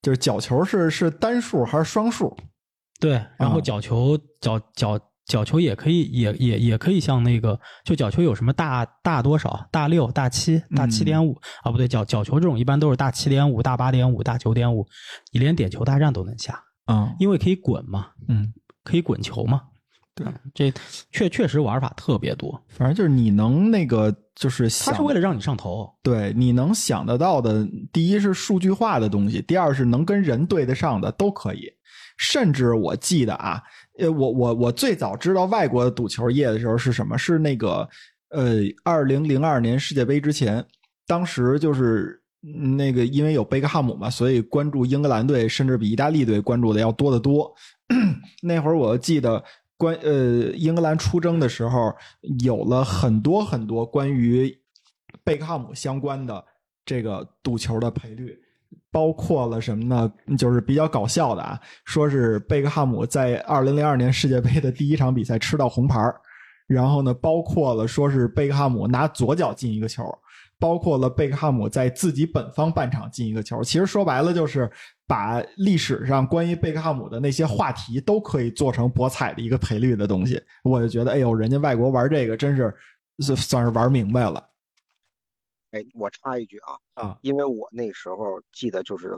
S2: 就是角球是是单数还是双数？
S1: 对，然后
S2: 啊
S1: 角球、角角角球也可以，也也也可以像那个，就角球有什么大大多少，大六、大七、大
S2: 嗯
S1: 七点五啊，不对，角角球这种一般都是大七点五、大八点五、大九点五，你连点球大战都能下，
S2: 啊，
S1: 因为可以滚嘛，
S2: 嗯，
S1: 可以滚球嘛。
S2: 对
S1: 嗯，这确确实玩法特别多，
S2: 反正就是你能那个就是
S1: 它
S2: 想，
S1: 是为了让你上头。
S2: 对你能想得到的，第一是数据化的东西，第二是能跟人对得上的都可以。甚至我记得啊，呃，我我我最早知道外国的赌球业的时候是什么？是那个呃，二零零二年世界杯之前，当时就是嗯那个因为有贝克汉姆嘛，所以关注英格兰队甚至比意大利队关注的要多得多。 [clears throat] 那会儿我记得关呃英格兰出征的时候，有了很多很多关于贝克汉姆相关的这个赌球的赔率。包括了什么呢？就是比较搞笑的啊，说是贝克汉姆在二零零二年世界杯的第一场比赛吃到红牌儿然后呢，包括了说是贝克汉姆拿左脚进一个球，包括了贝克汉姆在自己本方半场进一个球。其实说白了，就是把历史上关于贝克汉姆的那些话题都可以做成博彩的一个赔率的东西。我就觉得，哎呦，人家外国玩这个真是是算是玩明白了。
S3: 哎，我插一句啊，
S2: 啊，
S3: 因为我那时候记得就是，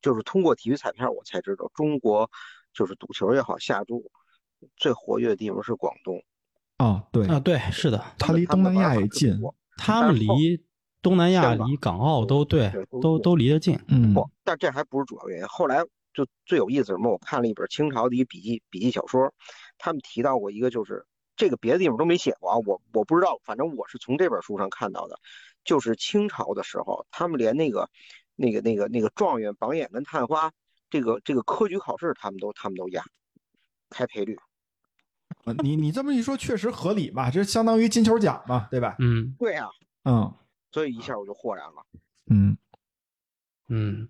S3: 就是通过体育彩票我才知道，中国就是赌球也好，下注最活跃的地方是广东，
S2: 啊，对，
S1: 啊，对，是的，
S2: 他离
S3: 呃他
S2: 东
S3: 们
S2: 南
S3: 玩
S2: 亚
S3: 法
S2: 也
S3: 特别
S2: 近，
S3: 多
S1: 他们离东南亚、
S3: 香港
S1: 离港澳都对
S3: 对，都
S1: 都
S3: 近
S1: 都离得近。
S2: 嗯，
S3: 不，但这还不是主要原因。后来就最有意思是什么？我看了一本清朝的一笔记笔记小说，他们提到过一个，就是这个别的地方都没写过啊，我我不知道，反正我是从这本书上看到的，就是清朝的时候，他们连那个那个那个那个状元、榜眼跟探花，这个这个科举考试，他们都他们都压开赔率。
S2: 呃你你这么一说，确实合理嘛，这相当于金球奖嘛，对吧？
S1: 嗯
S3: 对啊，
S2: 嗯
S3: 所以一下我就豁然了。
S2: 嗯
S1: 嗯，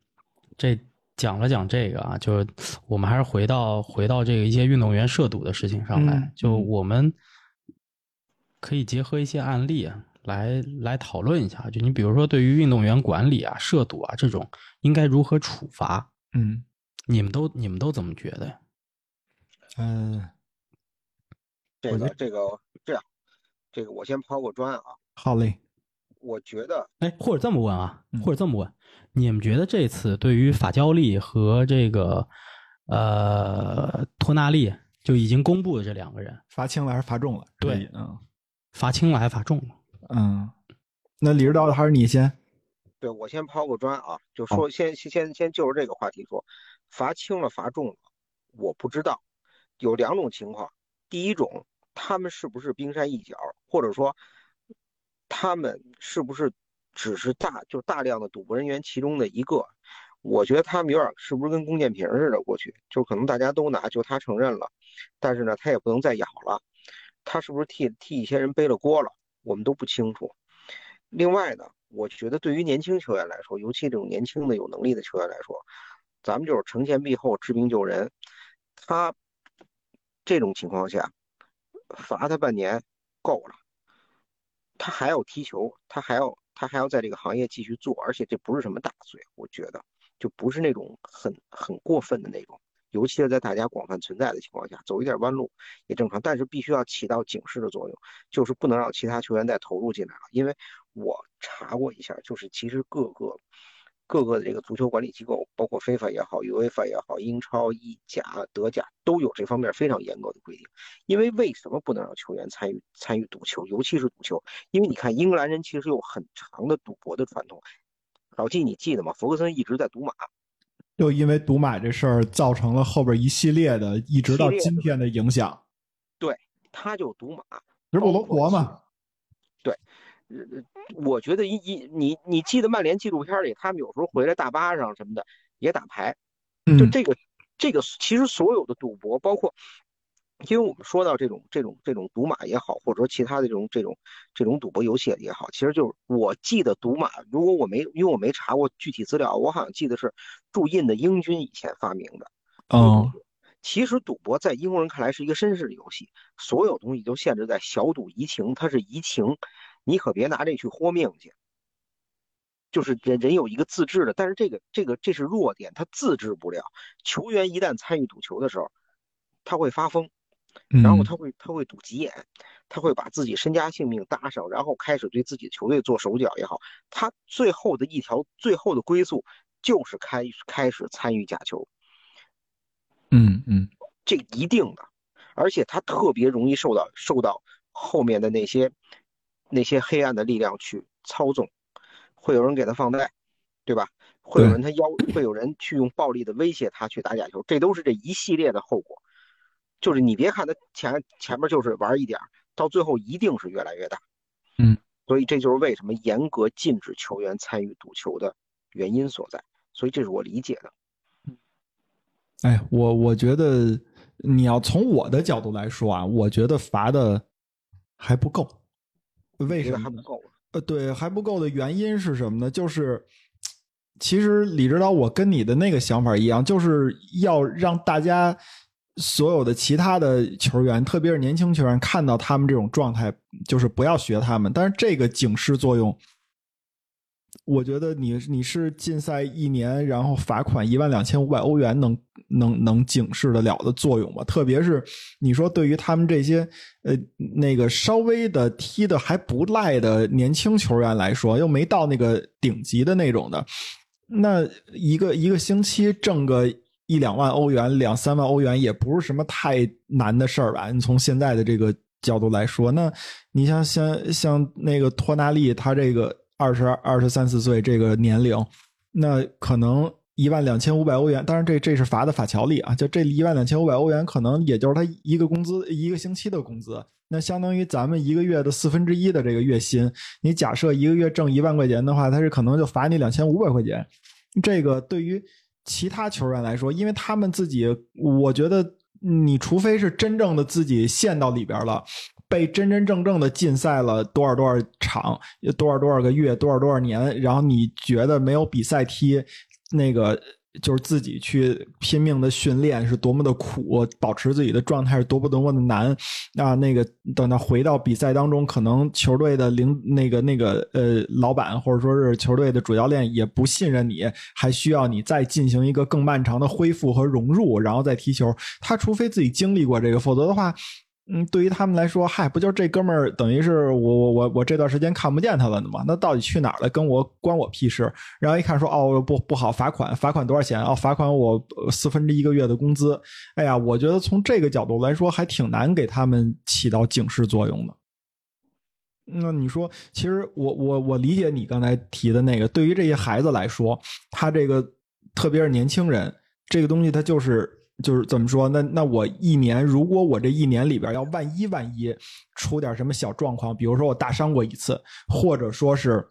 S1: 这讲了讲这个啊，就是我们还是回到回到这个一些运动员涉赌的事情上来，
S2: 嗯
S1: 就我们可以结合一些案例啊。来来讨论一下，就你比如说对于运动员管理啊、涉赌啊这种，应该如何处罚？
S2: 嗯
S1: 你们都你们都怎么觉得呀？
S2: 嗯，
S3: 这
S2: 我觉
S3: 个这个这样，这个我先抛个砖啊，
S2: 好嘞，
S3: 我觉得
S1: 哎，或者这么问啊
S2: 嗯，
S1: 或者这么问，你们觉得这次对于法焦利和这个呃托纳利就已经公布的这两个人，
S2: 罚轻了还是罚重了？
S1: 对
S2: 可以，嗯
S1: 罚轻了还罚重了？
S2: 嗯，那李指导还是你先，
S3: 对，我先抛个砖啊，就说先先先先就是这个话题说，罚轻了罚重了，我不知道，有两种情况，第一种他们是不是冰山一角，或者说他们是不是只是大就大量的赌博人员其中的一个，我觉得他们有点是不是跟龚建平似的，过去就可能大家都拿，就他承认了，但是呢他也不能再咬了，他是不是替替一些人背了锅了，我们都不清楚。另外呢，我觉得对于年轻球员来说，尤其这种年轻的有能力的球员来说，咱们就是惩前毖后，治病救人。他这种情况下，罚他半年够了，他还要踢球，他还要他还要在这个行业继续做，而且这不是什么大罪，我觉得就不是那种很很过分的那种。尤其是在大家广泛存在的情况下，走一点弯路也正常，但是必须要起到警示的作用。就是不能让其他球员再投入进来了，因为我查过一下，就是其实各个各个的这个足球管理机构，包括非法也好、UEFA 也好、英超、意甲、德甲都有这方面非常严格的规定。因为为什么不能让球员参与参与赌球，尤其是赌球？因为你看英格兰人其实有很长的赌博的传统。老季，你记得吗？弗格森一直在赌马，
S2: 又因为赌马这事儿造成了后边一系列的，一直到今天的影响，
S3: 他就赌马，
S2: 直布罗陀嘛，
S3: 呃，我觉得一一你你记得曼联纪录片里，他们有时候回来大巴上什么的也打牌，就
S2: 嗯
S3: 这个这个，其实所有的赌博，包括，因为我们说到这种这种这种赌马也好，或者说其他的这种这种这种赌博游戏也好，其实就是我记得赌马，如果我没因为我没查过具体资料，我好像记得是驻印的英军以前发明的。
S2: 哦，
S3: 其实赌博在英国人看来是一个绅士的游戏，所有东西都限制在小赌怡情，它是怡情，你可别拿这去豁命去。就是人人有一个自制的，但是这个这个这是弱点，他自制不了。球员一旦参与赌球的时候，他会发疯，然后他会他会赌急眼，他会把自己身家性命搭上，然后开始对自己球队做手脚也好，他最后的一条最后的归宿就是开开始参与假球。
S2: 嗯嗯
S3: 这一定的，而且他特别容易受到受到后面的那些那些黑暗的力量去操纵，会有人给他放贷，对吧？会有人他要，会有人去用暴力的威胁他去打假球，这都是这一系列的后果。就是你别看他前前面就是玩一点儿，到最后一定是越来越大。
S1: 嗯，
S3: 所以这就是为什么严格禁止球员参与赌球的原因所在。所以这是我理解的。
S2: 哎，我我觉得你要从我的角度来说啊，我觉得罚的还不够。为
S3: 觉
S2: 什
S3: 得
S2: 么
S3: 还
S2: 呢
S3: 不够？
S2: 呃，对，还不够的原因是什么呢？就是其实李指导，我跟你的那个想法一样，就是要让大家所有的其他的球员，特别是年轻球员，看到他们这种状态，就是不要学他们。但是这个警示作用，我觉得你你是禁赛一年，然后罚款一万两千五百欧元能能能警示得了的作用吗？特别是你说对于他们这些呃那个稍微的踢的还不赖的年轻球员来说，又没到那个顶级的那种的，那一个一个星期挣个一两万欧元、两三万欧元也不是什么太难的事儿吧？你从现在的这个角度来说，那你像像像那个托纳利，他这个二十二十三四岁这个年龄，那可能一万两千五百欧元，当然这这是罚的法条例啊，就这一万两千五百欧元，可能也就是他一个工资一个星期的工资，那相当于咱们一个月的四分之一的这个月薪。你假设一个月挣一万块钱的话，他是可能就罚你两千五百块钱。这个对于其他球员来说，因为他们自己，我觉得你除非是真正的自己陷到里边了。被真真正正的禁赛了多少多少场，多少多少个月，多少多少年，然后你觉得没有比赛踢，那个就是自己去拼命的训练是多么的苦，保持自己的状态是多么多么的难啊！那个等到回到比赛当中，可能球队的领那个那个呃老板或者说是球队的主教练也不信任你，还需要你再进行一个更漫长的恢复和融入，然后再踢球。他除非自己经历过这个，否则的话。嗯，对于他们来说，嗨，不就是这哥们儿等于是我我我我这段时间看不见他了的吗？那到底去哪儿了？跟我关我屁事！然后一看说哦不不好，罚款，罚款多少钱？哦，罚款我呃四分之一个月的工资。哎呀，我觉得从这个角度来说，还挺难给他们起到警示作用的。那你说，其实我我我理解你刚才提的那个，对于这些孩子来说，他这个特别是年轻人，这个东西它就是就是怎么说？那那我一年，如果我这一年里边要万一万一出点什么小状况，比如说我大伤过一次，或者说是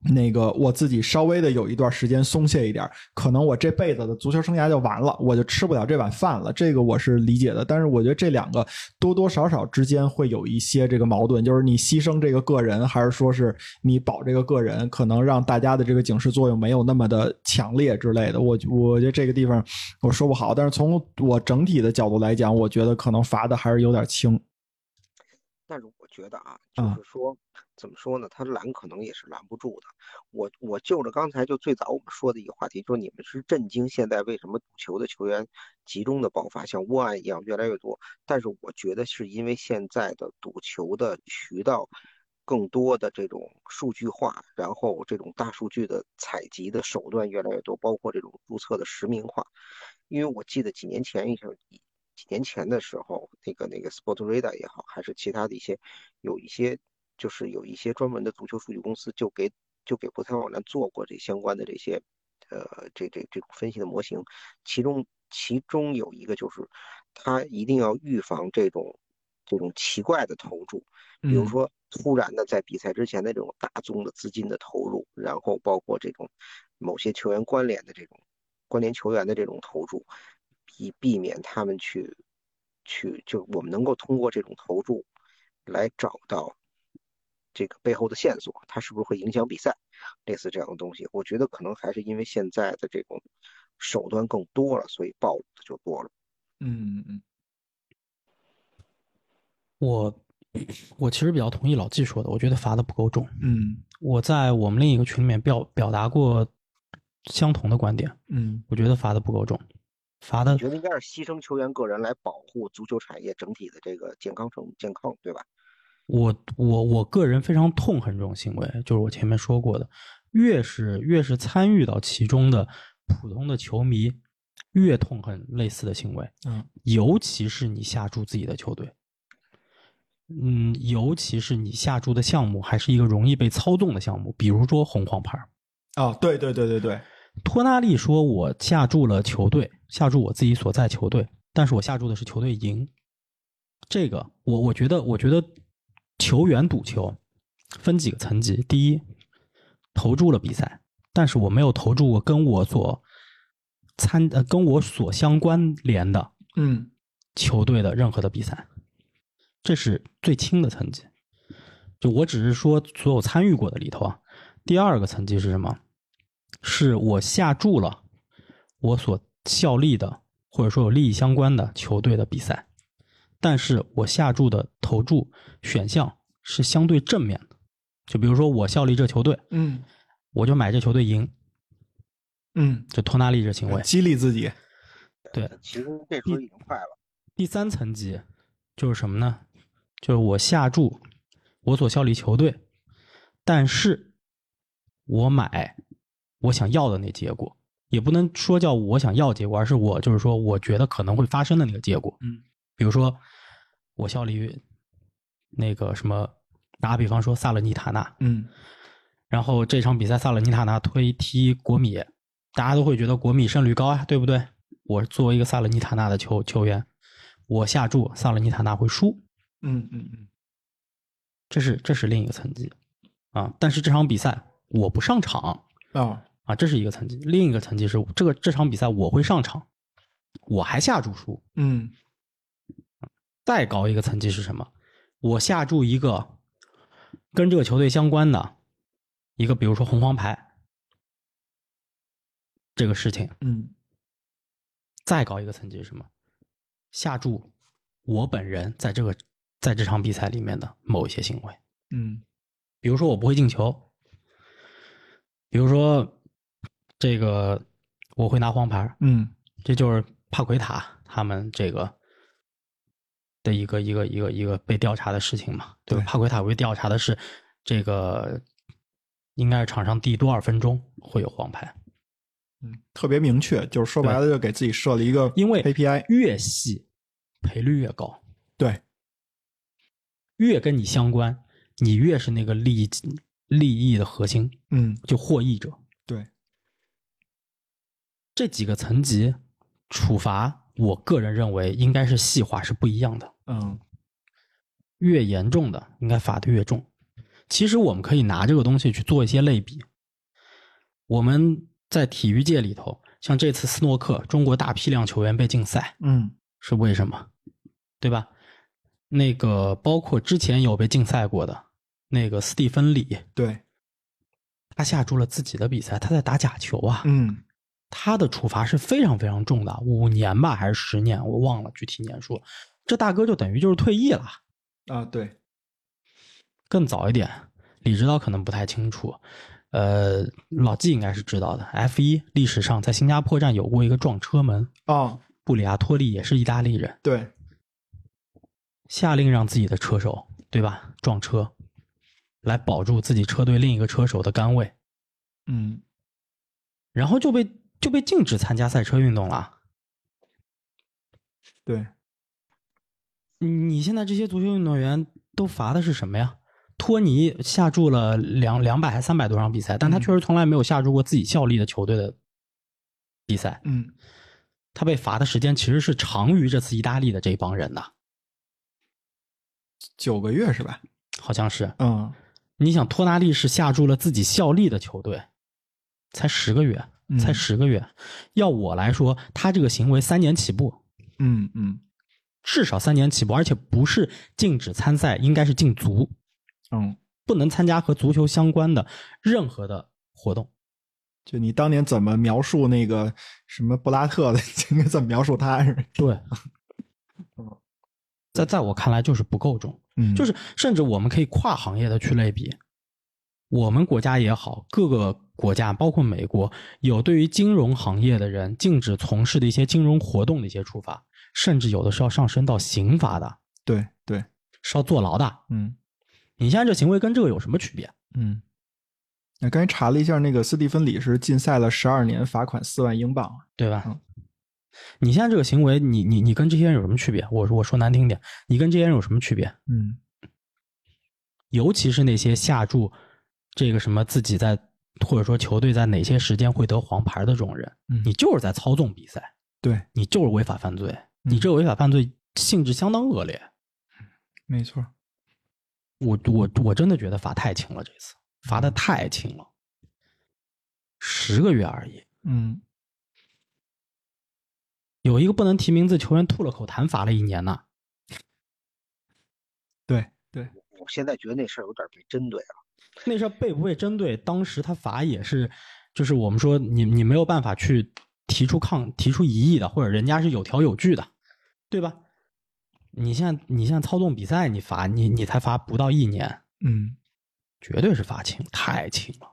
S2: 那个我自己稍微的有一段时间松懈一点，可能我这辈子的足球生涯就完了，我就吃不了这碗饭了。这个我是理解的，但是我觉得这两个多多少少之间会有一些这个矛盾，就是你牺牲这个个人，还是说是你保这个个人，可能让大家的这个警示作用没有那么的强烈之类的。我我觉得这个地方我说不好，但是从我整体的角度来讲，我觉得可能罚的还是有点轻。
S3: 但是我觉得啊，就
S2: 啊
S3: 是说，怎么说呢？他拦可能也是拦不住的。我我就着刚才就最早我们说的一个话题，就是你们是震惊现在为什么赌球的球员集中的爆发，像窝案一样越来越多。但是我觉得是因为现在的赌球的渠道更多的这种数据化，然后这种大数据的采集的手段越来越多，包括这种注册的实名化。因为我记得几年前一些几年前的时候，那个那个 Sportradar 也好，还是其他的一些，有一些就是有一些专门的足球数据公司就给就给葡萄牙网站做过这相关的这些，呃，这这这种分析的模型，其中其中有一个就是，它一定要预防这种这种奇怪的投注，比
S1: 嗯
S3: 如说突然的在比赛之前的这种大宗的资金的投入，然后包括这种某些球员关联的这种关联球员的这种投注，以避免他们去去就我们能够通过这种投注来找到这个背后的线索，它是不是会影响比赛，类似这样的东西。我觉得可能还是因为现在的这种手段更多了，所以暴露的就多了。
S2: 嗯嗯嗯
S1: 我 [clears throat] 我其实比较同意老纪说的，我觉得罚的不够重。
S2: 嗯
S1: 我在我们另一个群里面表表达过相同的观点，
S2: 嗯
S1: 我觉得罚的不够重，罚的
S3: 我觉得应该是牺牲球员个人来保护足球产业整体的这个健康程健康，对吧？
S1: 我我我个人非常痛恨这种行为，就是我前面说过的，越是越是参与到其中的普通的球迷，越痛恨类似的行为，
S2: 嗯
S1: 尤其是你下注自己的球队，嗯，尤其是你下注的项目还是一个容易被操纵的项目，比如说红黄牌。
S2: 哦，对对对对对，
S1: 托纳利说：“我下注了球队，下注我自己所在球队，但是我下注的是球队赢。这个我我觉得，我觉得球员赌球分几个层级。第一，投注了比赛，但是我没有投注过跟我所参呃跟我所相关联的
S2: 嗯
S1: 球队的任何的比赛，这是最轻的层级。就我只是说所有参与过的里头啊，第二个层级是什么？是我下注了我所效力的或者说有利益相关的球队的比赛，但是我下注的投注选项是相对正面的。就比如说我效力这球队，
S2: 嗯
S1: 我就买这球队赢，
S2: 嗯，
S1: 就托纳利这行为。
S2: 激励自己，
S1: 对，
S3: 其实这时候已经快了，
S1: 第三层级就是什么呢？就是我下注我所效力球队，但是我买我想要的那结果，也不能说叫我想要结果，而是我就是说我觉得可能会发生的那个结果。
S2: 嗯，
S1: 比如说我效力于那个什么，打比方说萨勒尼塔纳，
S2: 嗯
S1: 然后这场比赛萨勒尼塔纳推踢国米，大家都会觉得国米胜率高啊，对不对？我作为一个萨勒尼塔纳的球球员，我下注萨勒尼塔纳会输，
S2: 嗯嗯嗯，
S1: 这是这是另一个层级啊。但是这场比赛我不上场
S2: 哦，
S1: 啊，这是一个层级。另一个层级是这个这场比赛我会上场，我还下注输。
S2: 嗯
S1: 再高一个层级是什么？我下注一个跟这个球队相关的一个，比如说红黄牌这个事情。
S2: 嗯
S1: 再高一个层级是什么？下注我本人在这个在这场比赛里面的某一些行为，
S2: 嗯
S1: 比如说我不会进球，比如说这个我会拿黄牌，
S2: 嗯
S1: 这就是帕奎塔他们这个的一个一个一个一个被调查的事情嘛。
S2: 对
S1: 吧帕奎塔被调查的是这个应该是场上第多少分钟会有黄牌，
S2: 嗯，特别明确，就是说白了，就给自己设了一个
S1: 因为
S2: KPI，
S1: 越细赔率越高。
S2: 对，
S1: 越跟你相关，你越是那个利益利益的核心，
S2: 嗯
S1: 就获益者。
S2: 对，
S1: 这几个层级处罚，我个人认为应该是细化是不一样的，
S2: 嗯
S1: 越严重的应该罚的越重。其实我们可以拿这个东西去做一些类比。我们在体育界里头，像这次斯诺克，中国大批量球员被禁赛，
S2: 嗯
S1: 是为什么，对吧？那个包括之前有被禁赛过的那个斯蒂芬李，
S2: 对，
S1: 他下注了自己的比赛，他在打假球啊，
S2: 嗯
S1: 他的处罚是非常非常重的，五年吧还是十年，我忘了具体年数。这大哥就等于就是退役了。
S2: 啊对，
S1: 更早一点，李指导可能不太清楚，呃，老纪应该是知道的。F 一历史上在新加坡站有过一个撞车门，
S2: 哦
S1: 布里亚托利也是意大利人，
S2: 对，
S1: 下令让自己的车手，对吧？撞车，来保住自己车队另一个车手的杆位，
S2: 嗯
S1: 然后就被就被禁止参加赛车运动了。
S2: 对，
S1: 你你现在这些足球运动员都罚的是什么呀？托尼下注了两两百还三百多场比赛，但他
S2: 嗯
S1: 确实从来没有下注过自己效力的球队的比赛。
S2: 嗯
S1: 他被罚的时间其实是长于这次意大利的这帮人的，
S2: 九个月是吧？
S1: 好像是。
S2: 嗯
S1: 你想，托纳利是下注了自己效力的球队，才十个月，
S2: 嗯
S1: 才十个月。要我来说，他这个行为三年起步，
S2: 嗯嗯
S1: 至少三年起步，而且不是禁止参赛，应该是禁足，
S2: 嗯，
S1: 不能参加和足球相关的任何的活动。
S2: 就你当年怎么描述那个什么布拉特的， [laughs] 应该怎么描述他是吧？
S1: 对
S2: 嗯，
S1: 在在我看来就是不够重，
S2: 嗯，
S1: 就是甚至我们可以跨行业的去类比，我们国家也好，各个国家包括美国，有对于金融行业的人禁止从事的一些金融活动的一些处罚，甚至有的是要上升到刑罚的，
S2: 对对，
S1: 是要坐牢的。
S2: 嗯
S1: 你现在这行为跟这个有什么区别？
S2: 嗯。那刚才查了一下，那个斯蒂芬里是禁赛了十二年，罚款四万英镑。
S1: 对吧？
S2: 嗯
S1: 你现在这个行为，你你你跟这些人有什么区别？我说我说难听点，你跟这些人有什么区别？
S2: 嗯
S1: 尤其是那些下注这个什么自己在或者说球队在哪些时间会得黄牌的这种人，
S2: 嗯
S1: 你就是在操纵比赛，
S2: 对，
S1: 你就是违法犯罪。你这违法犯罪性质相当恶劣。
S2: 没错，
S1: 我我我真的觉得罚太轻了，这次罚的太轻了，十个月而已。
S2: 嗯，
S1: 有一个不能提名字球员吐了口痰，罚了一年呢。
S2: 对对，
S3: 我现在觉得那事儿有点被针对了。
S1: 那事儿被不被针对，当时他罚也是，就是我们说你你没有办法去提出抗提出疑义的，或者人家是有条有据的，对吧？你现在你现在操纵比赛，你罚你你才罚不到一年，
S2: 嗯
S1: 绝对是罚轻，太轻了。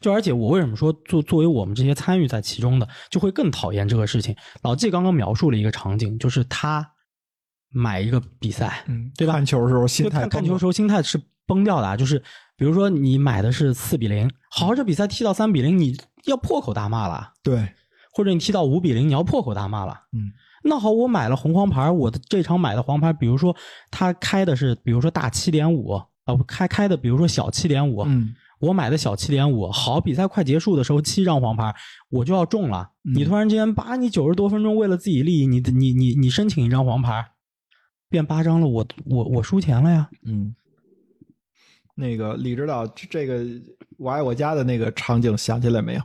S1: 就而且我为什么说作作为我们这些参与在其中的，就会更讨厌这个事情。老季刚刚描述了一个场景，就是他买一个比赛，
S2: 嗯，
S1: 对吧
S2: 看球的时候
S1: 就
S2: 心态
S1: 看
S2: 崩了，
S1: 看球时候心态是崩掉的啊，就是比如说你买的是四比零，好，这比赛踢到三比零，你要破口大骂了，
S2: 对，
S1: 或者你踢到五比零，你要破口大骂了。
S2: 嗯
S1: 那好，我买了红黄牌，我的这场买的黄牌，比如说他开的是，比如说大七点五啊，不开开的，比如说小七点五，
S2: 嗯
S1: 我买的小七点五，好，比赛快结束的时候七张黄牌我就要中了，
S2: 嗯
S1: 你突然之间把你九十多分钟为了自己利益，你你你你申请一张黄牌，变八张了，我我我输钱了呀，
S2: 嗯，那个李指导，这这个我爱我家的那个场景想起来没有？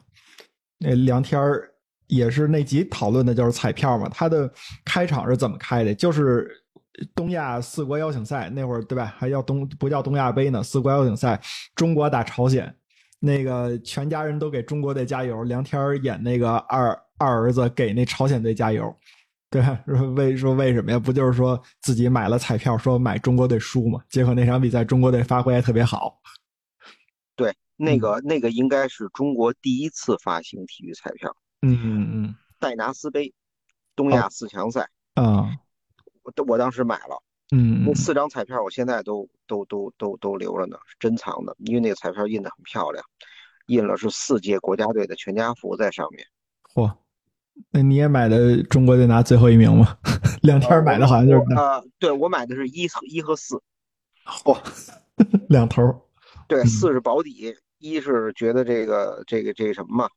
S2: 那梁天儿也是那集讨论的就是彩票嘛，他的开场是怎么开的？就是东亚四国邀请赛那会儿，对吧？还叫东不叫东亚杯呢？四国邀请赛，中国打朝鲜，那个全家人都给中国队加油。梁天儿演那个二二儿子给那朝鲜队加油， [laughs] 对吧？说为说为什么呀？不就是说自己买了彩票，说买中国队输嘛？结果那场比赛中国队发挥还特别好。
S3: 对，
S2: 嗯
S3: 那个那个应该是中国第一次发行体育彩票，
S2: 嗯嗯
S3: 戴拿斯杯，东
S2: 哦
S3: 亚四强赛，
S2: 嗯啊
S3: 我我当时买了。
S2: 嗯
S3: 那四张彩票我现在都都都都都留着呢，是珍藏的，因为那个彩票印的很漂亮，印了是四届国家队的全家福在上面。
S2: 嚯！那你也买的中国队拿最后一名吗？ [laughs] 两天儿买的好像就是
S3: 我呃，对我买的是一和一和四，
S2: 嚯，两头儿。
S3: 对，
S2: 嗯
S3: 四是保底，一是觉得这个这个这个什么嘛，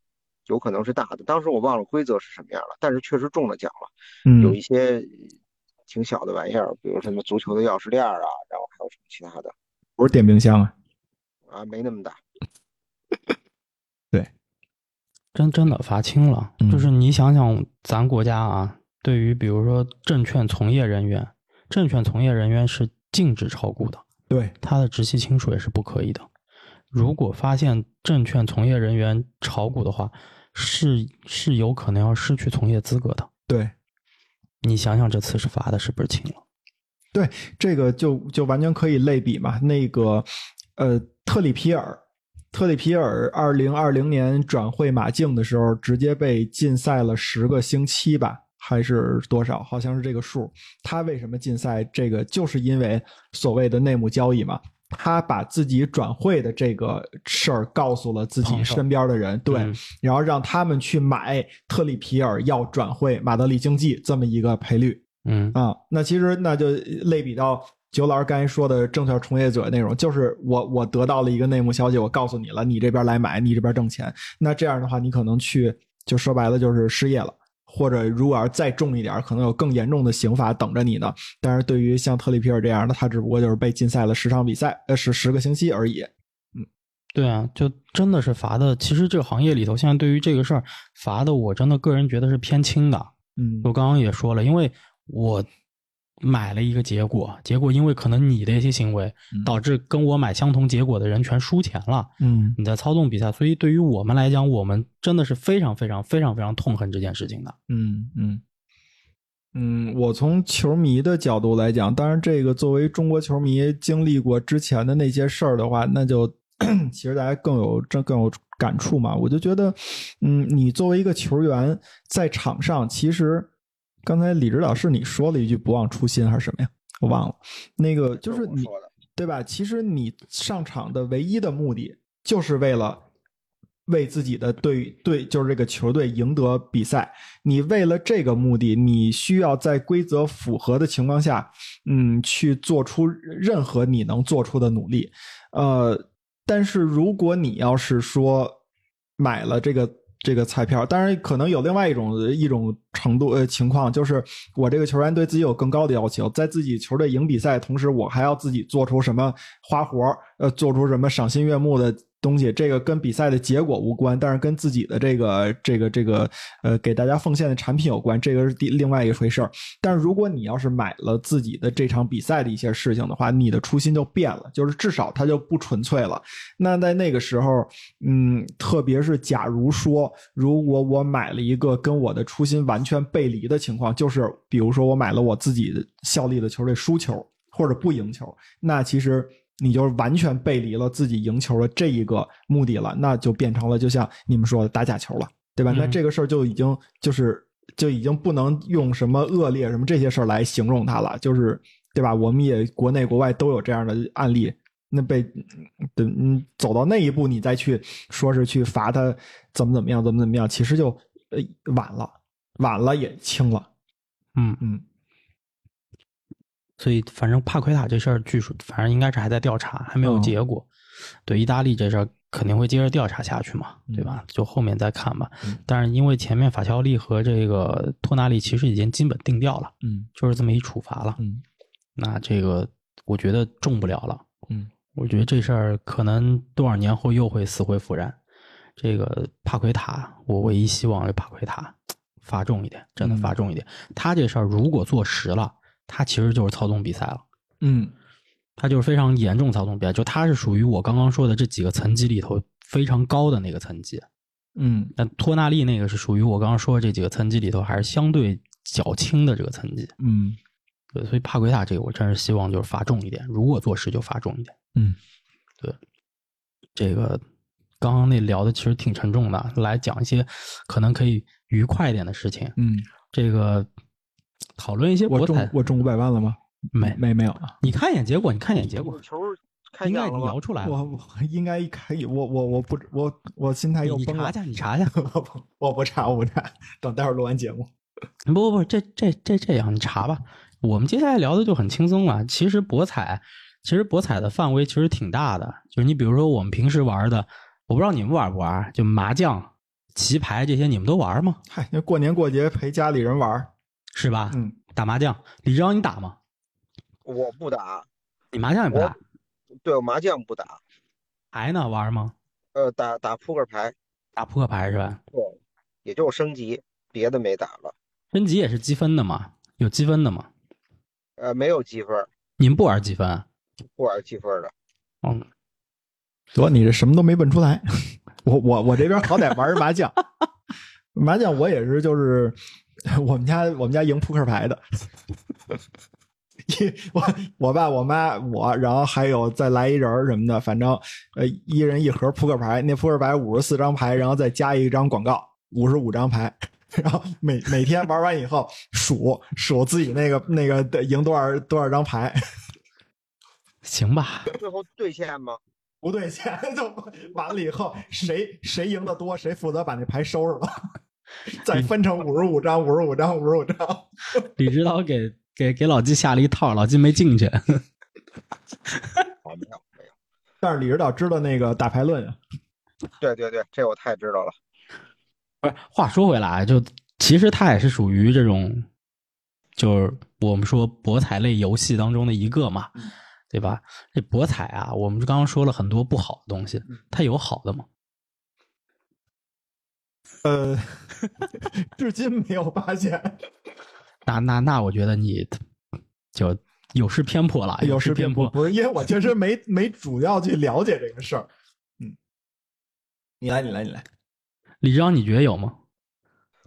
S3: 有可能是大的，当时我忘了规则是什么样了，但是确实中了奖了，有
S2: 嗯
S3: 一些挺小的玩意儿，比如什么足球的钥匙链儿啊，然后还有什么其他的
S2: 不是点冰箱啊。
S3: 啊，没那么大。
S1: 真真的罚轻了。
S2: 嗯
S1: 就是你想想，咱国家啊，对于比如说证券从业人员，证券从业人员是禁止炒股的，
S2: 对，
S1: 他的直系亲属也是不可以的。如果发现证券从业人员炒股的话，是是有可能要失去从业资格的。
S2: 对，
S1: 你想想，这次是罚的是不是轻了？
S2: 这个就就完全可以类比嘛。那个呃，特里皮尔，特里皮尔二零二零年转会马竞的时候，直接被禁赛了十个星期吧，还是多少？好像是这个数。他为什么禁赛？这个就是因为所谓的内幕交易嘛。他把自己转会的这个事儿告诉了自
S1: 朋
S2: 己
S1: 友
S2: 身边的人，对，
S1: 嗯
S2: 然后让他们去买特里皮尔要转会马德里竞技这么一个赔率。
S1: 嗯，
S2: 啊，那其实那就类比到九老师刚才说的证券从业者内容，就是我我得到了一个内幕消息，我告诉你了，你这边来买，你这边挣钱。那这样的话，你可能去就说白了就是失业了。或者，如果要是再重一点，可能有更严重的刑罚等着你呢。但是对于像特里皮尔这样的，他只不过就是被禁赛了十场比赛，呃，十十个星期而已。
S1: 对啊，就真的是罚的。其实这个行业里头，现在对于这个事儿罚的，我真的个人觉得是偏轻的。
S2: 嗯
S1: 我刚刚也说了，因为我买了一个结果，结果因为可能你的一些行为
S2: 嗯
S1: 导致跟我买相同结果的人全输钱了，
S2: 嗯，
S1: 你在操纵比赛，所以对于我们来讲，我们真的是非常非常非常非常痛恨这件事情的。
S2: 嗯嗯嗯，我从球迷的角度来讲，当然这个作为中国球迷经历过之前的那些事儿的话，那就 [clears throat] 其实大家更有这更有感触嘛。我就觉得，嗯，你作为一个球员在场上，其实刚才李指导是你说了一句“不忘初心”还是什么呀？我忘了。那个就是
S3: 我
S2: 你
S3: 说的，
S2: 对吧？其实你上场的唯一的目的，就是为了为自己的队队，就是这个球队赢得比赛。你为了这个目的，你需要在规则符合的情况下，嗯，去做出任何你能做出的努力。呃，但是如果你要是说买了这个这个彩票。当然，可能有另外一种一种程度呃情况，就是我这个球员对自己有更高的要求，在自己球队赢比赛同时，我还要自己做出什么花活儿，呃，做出什么赏心悦目的。东西这个跟比赛的结果无关，但是跟自己的这个这个这个呃给大家奉献的产品有关，这个是第另外一回事儿。但是如果你要是买了自己的这场比赛的一些事情的话，你的初心就变了，就是至少它就不纯粹了。那在那个时候，嗯，特别是假如说，如果我买了一个跟我的初心完全背离的情况，就是比如说我买了我自己效力的球队输球或者不赢球，那其实。你就完全背离了自己赢球的这一个目的了，那就变成了就像你们说的打假球了，对吧？
S1: 嗯
S2: 那这个事儿就已经就是就已经不能用什么恶劣什么这些事儿来形容它了，就是对吧？我们也国内国外都有这样的案例，那被对嗯走到那一步，你再去说是去罚他怎么怎么样怎么怎么样，其实就呃晚了，晚了也轻了，
S1: 嗯，
S2: 嗯。
S1: 所以反正帕奎塔这事儿，据说反正应该是还在调查，还没有
S2: 嗯
S1: 结果。对意大利这事儿肯定会接着调查下去嘛，对吧？就后面再看吧。
S2: 嗯
S1: 但是因为前面法乔利和这个托纳利其实已经基本定调了，
S2: 嗯
S1: 就是这么一处罚了。
S2: 嗯
S1: 那这个我觉得中不了了。
S2: 嗯，
S1: 我觉得这事儿可能多少年后又会死灰复燃。这个帕奎塔，我唯一希望这帕奎塔罚重一点，真的
S2: 嗯
S1: 罚重一点。他这事儿如果坐实了，他其实就是操纵比赛了。
S2: 嗯
S1: 他就是非常严重操纵比赛，就他是属于我刚刚说的这几个层级里头非常高的那个层级。
S2: 嗯
S1: 那托纳利那个是属于我刚刚说的这几个层级里头还是相对较轻的这个层级。
S2: 嗯
S1: 对，所以帕奎塔这个我真是希望就是罚重一点，如果坐实就罚重一点。
S2: 嗯，
S1: 对，这个刚刚那聊的其实挺沉重的，来讲一些可能可以愉快一点的事情。
S2: 嗯，
S1: 这个讨论一些
S2: 我
S1: 博
S2: 中
S1: 彩，
S2: 我中五百万了吗？
S1: 没，
S2: 没没有啊，
S1: 你看一眼结果，你看一眼结果，
S3: 球开
S1: 应该
S3: 奖
S1: 你
S3: 了吗
S1: 聊？出来
S2: 我
S1: 了。
S2: 我应该可以，我我我不我我心态
S1: 你
S2: 又
S1: 你
S2: 崩
S1: 查
S2: 了
S1: 一，下，你查一下。
S2: 我不我不查我不查，等待会儿录完节目，
S1: 不不不，这这这这样，你查吧。我们接下来聊的就很轻松了。其实博彩，其实博彩的范围其实挺大的。就是你比如说我们平时玩的，我不知道你们玩不玩，就麻将、棋牌这些，你们都玩吗？
S2: 嗨，那过年过节陪家里人玩儿，
S1: 是吧？
S2: 嗯，
S1: 打麻将，李志昂你打吗？
S3: 我不打，
S1: 你麻将也不打，
S3: 对我麻将不打，
S1: 牌呢玩吗？
S3: 呃，打打扑克牌，
S1: 打扑克牌是吧？
S3: 对，也就升级，别的没打了，
S1: 升级也是积分的嘛，有积分的嘛。
S3: 呃，没有积分，
S1: 你们不玩积分啊？
S3: 不玩积分的。
S1: 嗯，
S2: 得你这什么都没问出来，我我我这边好歹玩儿麻将，麻将我也是就是我们家我们家赢扑克牌的。一我我爸我妈我，然后还有再来一人儿什么的，反正呃一人一盒扑克牌，那扑克牌五十四张牌，然后再加一张广告，五十五张牌，然后每每天玩完以后数数自己那个那个得赢多少多少张牌，
S1: 行吧，
S3: 最后兑现吗？
S2: 不对钱 [laughs] 就完了以后，谁谁赢的多，谁负责把那牌收拾了， [laughs] 再分成五十五张、五十五张、五十五张。
S1: 李指导给给给老纪下了一套，老纪没进去。
S3: 啊，没有没有。
S2: 但是李指导知道那个打牌论啊，
S3: 对对对，这我太知道了。
S1: 不是，话说回来，啊就其实它也是属于这种，就是我们说博彩类游戏当中的一个嘛，
S3: 嗯
S1: 对吧？这博彩啊，我们刚刚说了很多不好的东西，
S3: 嗯
S1: 它有好的吗？
S2: 呃， [laughs] 至今没有发 [laughs] 现，
S1: 那那那，我觉得你就有失偏颇了，
S2: 有
S1: 失
S2: 失偏
S1: 颇。
S2: 哎不是因为我确实没没主要去了解这个事儿。嗯，你来，你来，你来。
S1: 李指导，你觉得有吗？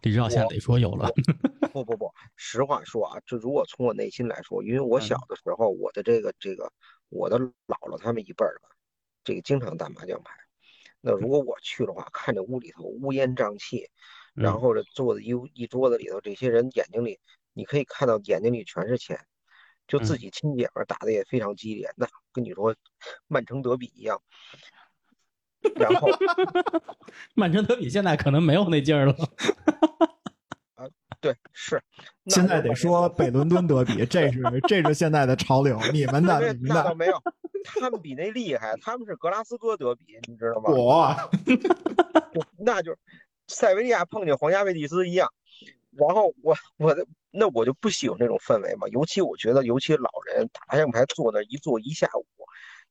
S1: 李指导现在得说有了，嗯
S3: 不不不，实话说啊，这如果从我内心来说，因为我
S2: 嗯
S3: 小的时候，我的这个这个，我的姥姥他们一辈儿吧，这个经常打麻将牌。那
S2: 嗯
S3: 如果我去的话，看着屋里头乌烟瘴气，然
S1: 嗯
S3: 后这坐的一屋一桌子里头，这些人眼睛里，你可以看到眼睛里全是钱。就自
S1: 嗯
S3: 己亲姐们儿打的也非常激烈，那跟你说， [laughs] 曼城德比一样。然后
S1: 曼城德比现在可能没有那劲儿了。
S3: 对，是，那
S2: 现在
S3: 我
S2: 得
S3: 感觉
S2: 说北伦敦德比，这是这是现在的潮流。你们
S3: 那
S2: 的，你们
S3: 那倒
S2: 的，
S3: 没 [laughs] 有，他们比那厉害，他们是格拉斯哥德比，你知道吗？
S2: 我
S3: 就那就是塞维利亚碰见皇家贝蒂斯一样。然后我我的那我就不喜欢这种氛围嘛，尤其我觉得，尤其老人打麻将牌坐那一坐一下午，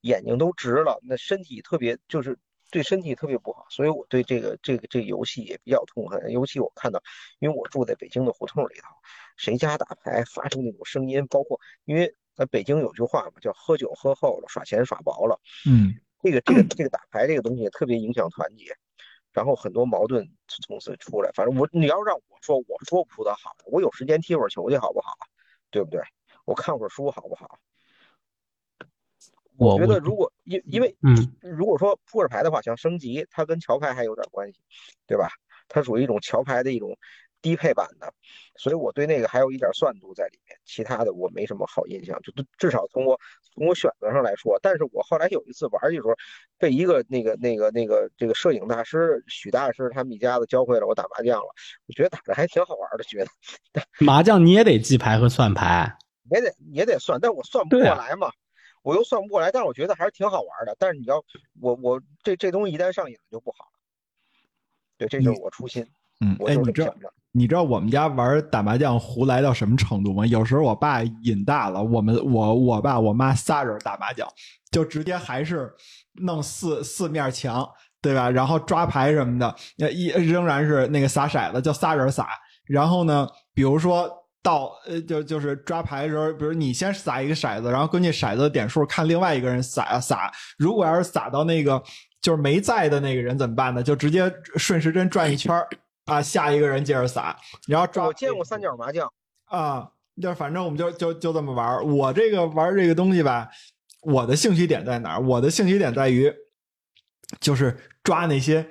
S3: 眼睛都直了，那身体特别就是对身体特别不好，所以我对这个这个这个游戏也比较痛恨。尤其我看到，因为我住在北京的胡同里头，谁家打牌发出那种声音，包括因为呃北京有句话嘛，叫喝酒喝厚了，耍钱耍薄了，
S2: 嗯，
S3: 这个这个这个打牌这个东西特别影响团结。然后很多矛盾从此出来。反正我，你要让我说，我说不出它好的。我有时间踢会儿球去，好不好？对不对？我看会儿书，好不好？
S1: 我
S3: 觉得如果因因为
S1: 嗯
S3: 如果说扑克牌的话，想升级，它跟桥牌还有点关系，对吧？它属于一种桥牌的一种低配版的，所以我对那个还有一点算度在里面，其他的我没什么好印象，就至少从我从我选择上来说。但是我后来有一次玩儿的时候，被一个那个那个那个这个摄影大师许大师他们一家子教会了我打麻将了，我觉得打着还挺好玩儿的，觉得
S1: 麻将你也得记牌和算牌，
S3: 也得也得算，但我算不
S1: 对
S3: 过
S1: 啊
S3: 来嘛，我又算不过来，但是我觉得还是挺好玩的。但是你要我我这这东西一旦上瘾了就不好了。对，这就是我初心，
S2: 嗯，
S3: 我
S2: 哎，
S3: 就
S2: 你
S3: 是
S2: 知
S3: 这么
S2: 道
S3: 想的。
S2: 你知道我们家玩打麻将胡来到什么程度吗？有时候我爸瘾大了，我们我我爸我妈仨人打麻将，就直接还是弄四四面墙，对吧？然后抓牌什么的，呃一仍然是那个撒骰子，就仨人撒。然后呢，比如说到呃就就是抓牌的时候，比如你先撒一个骰子，然后根据骰子的点数看另外一个人撒撒，如果要是撒到那个就是没在的那个人怎么办呢？就直接顺时针转一圈儿啊，下一个人接着撒，然后抓
S3: 我见过三角麻将，
S2: 啊，就反正我们就就就这么玩儿。我这个玩儿这个东西吧，我的兴趣点在哪儿？我的兴趣点在于，就是抓那些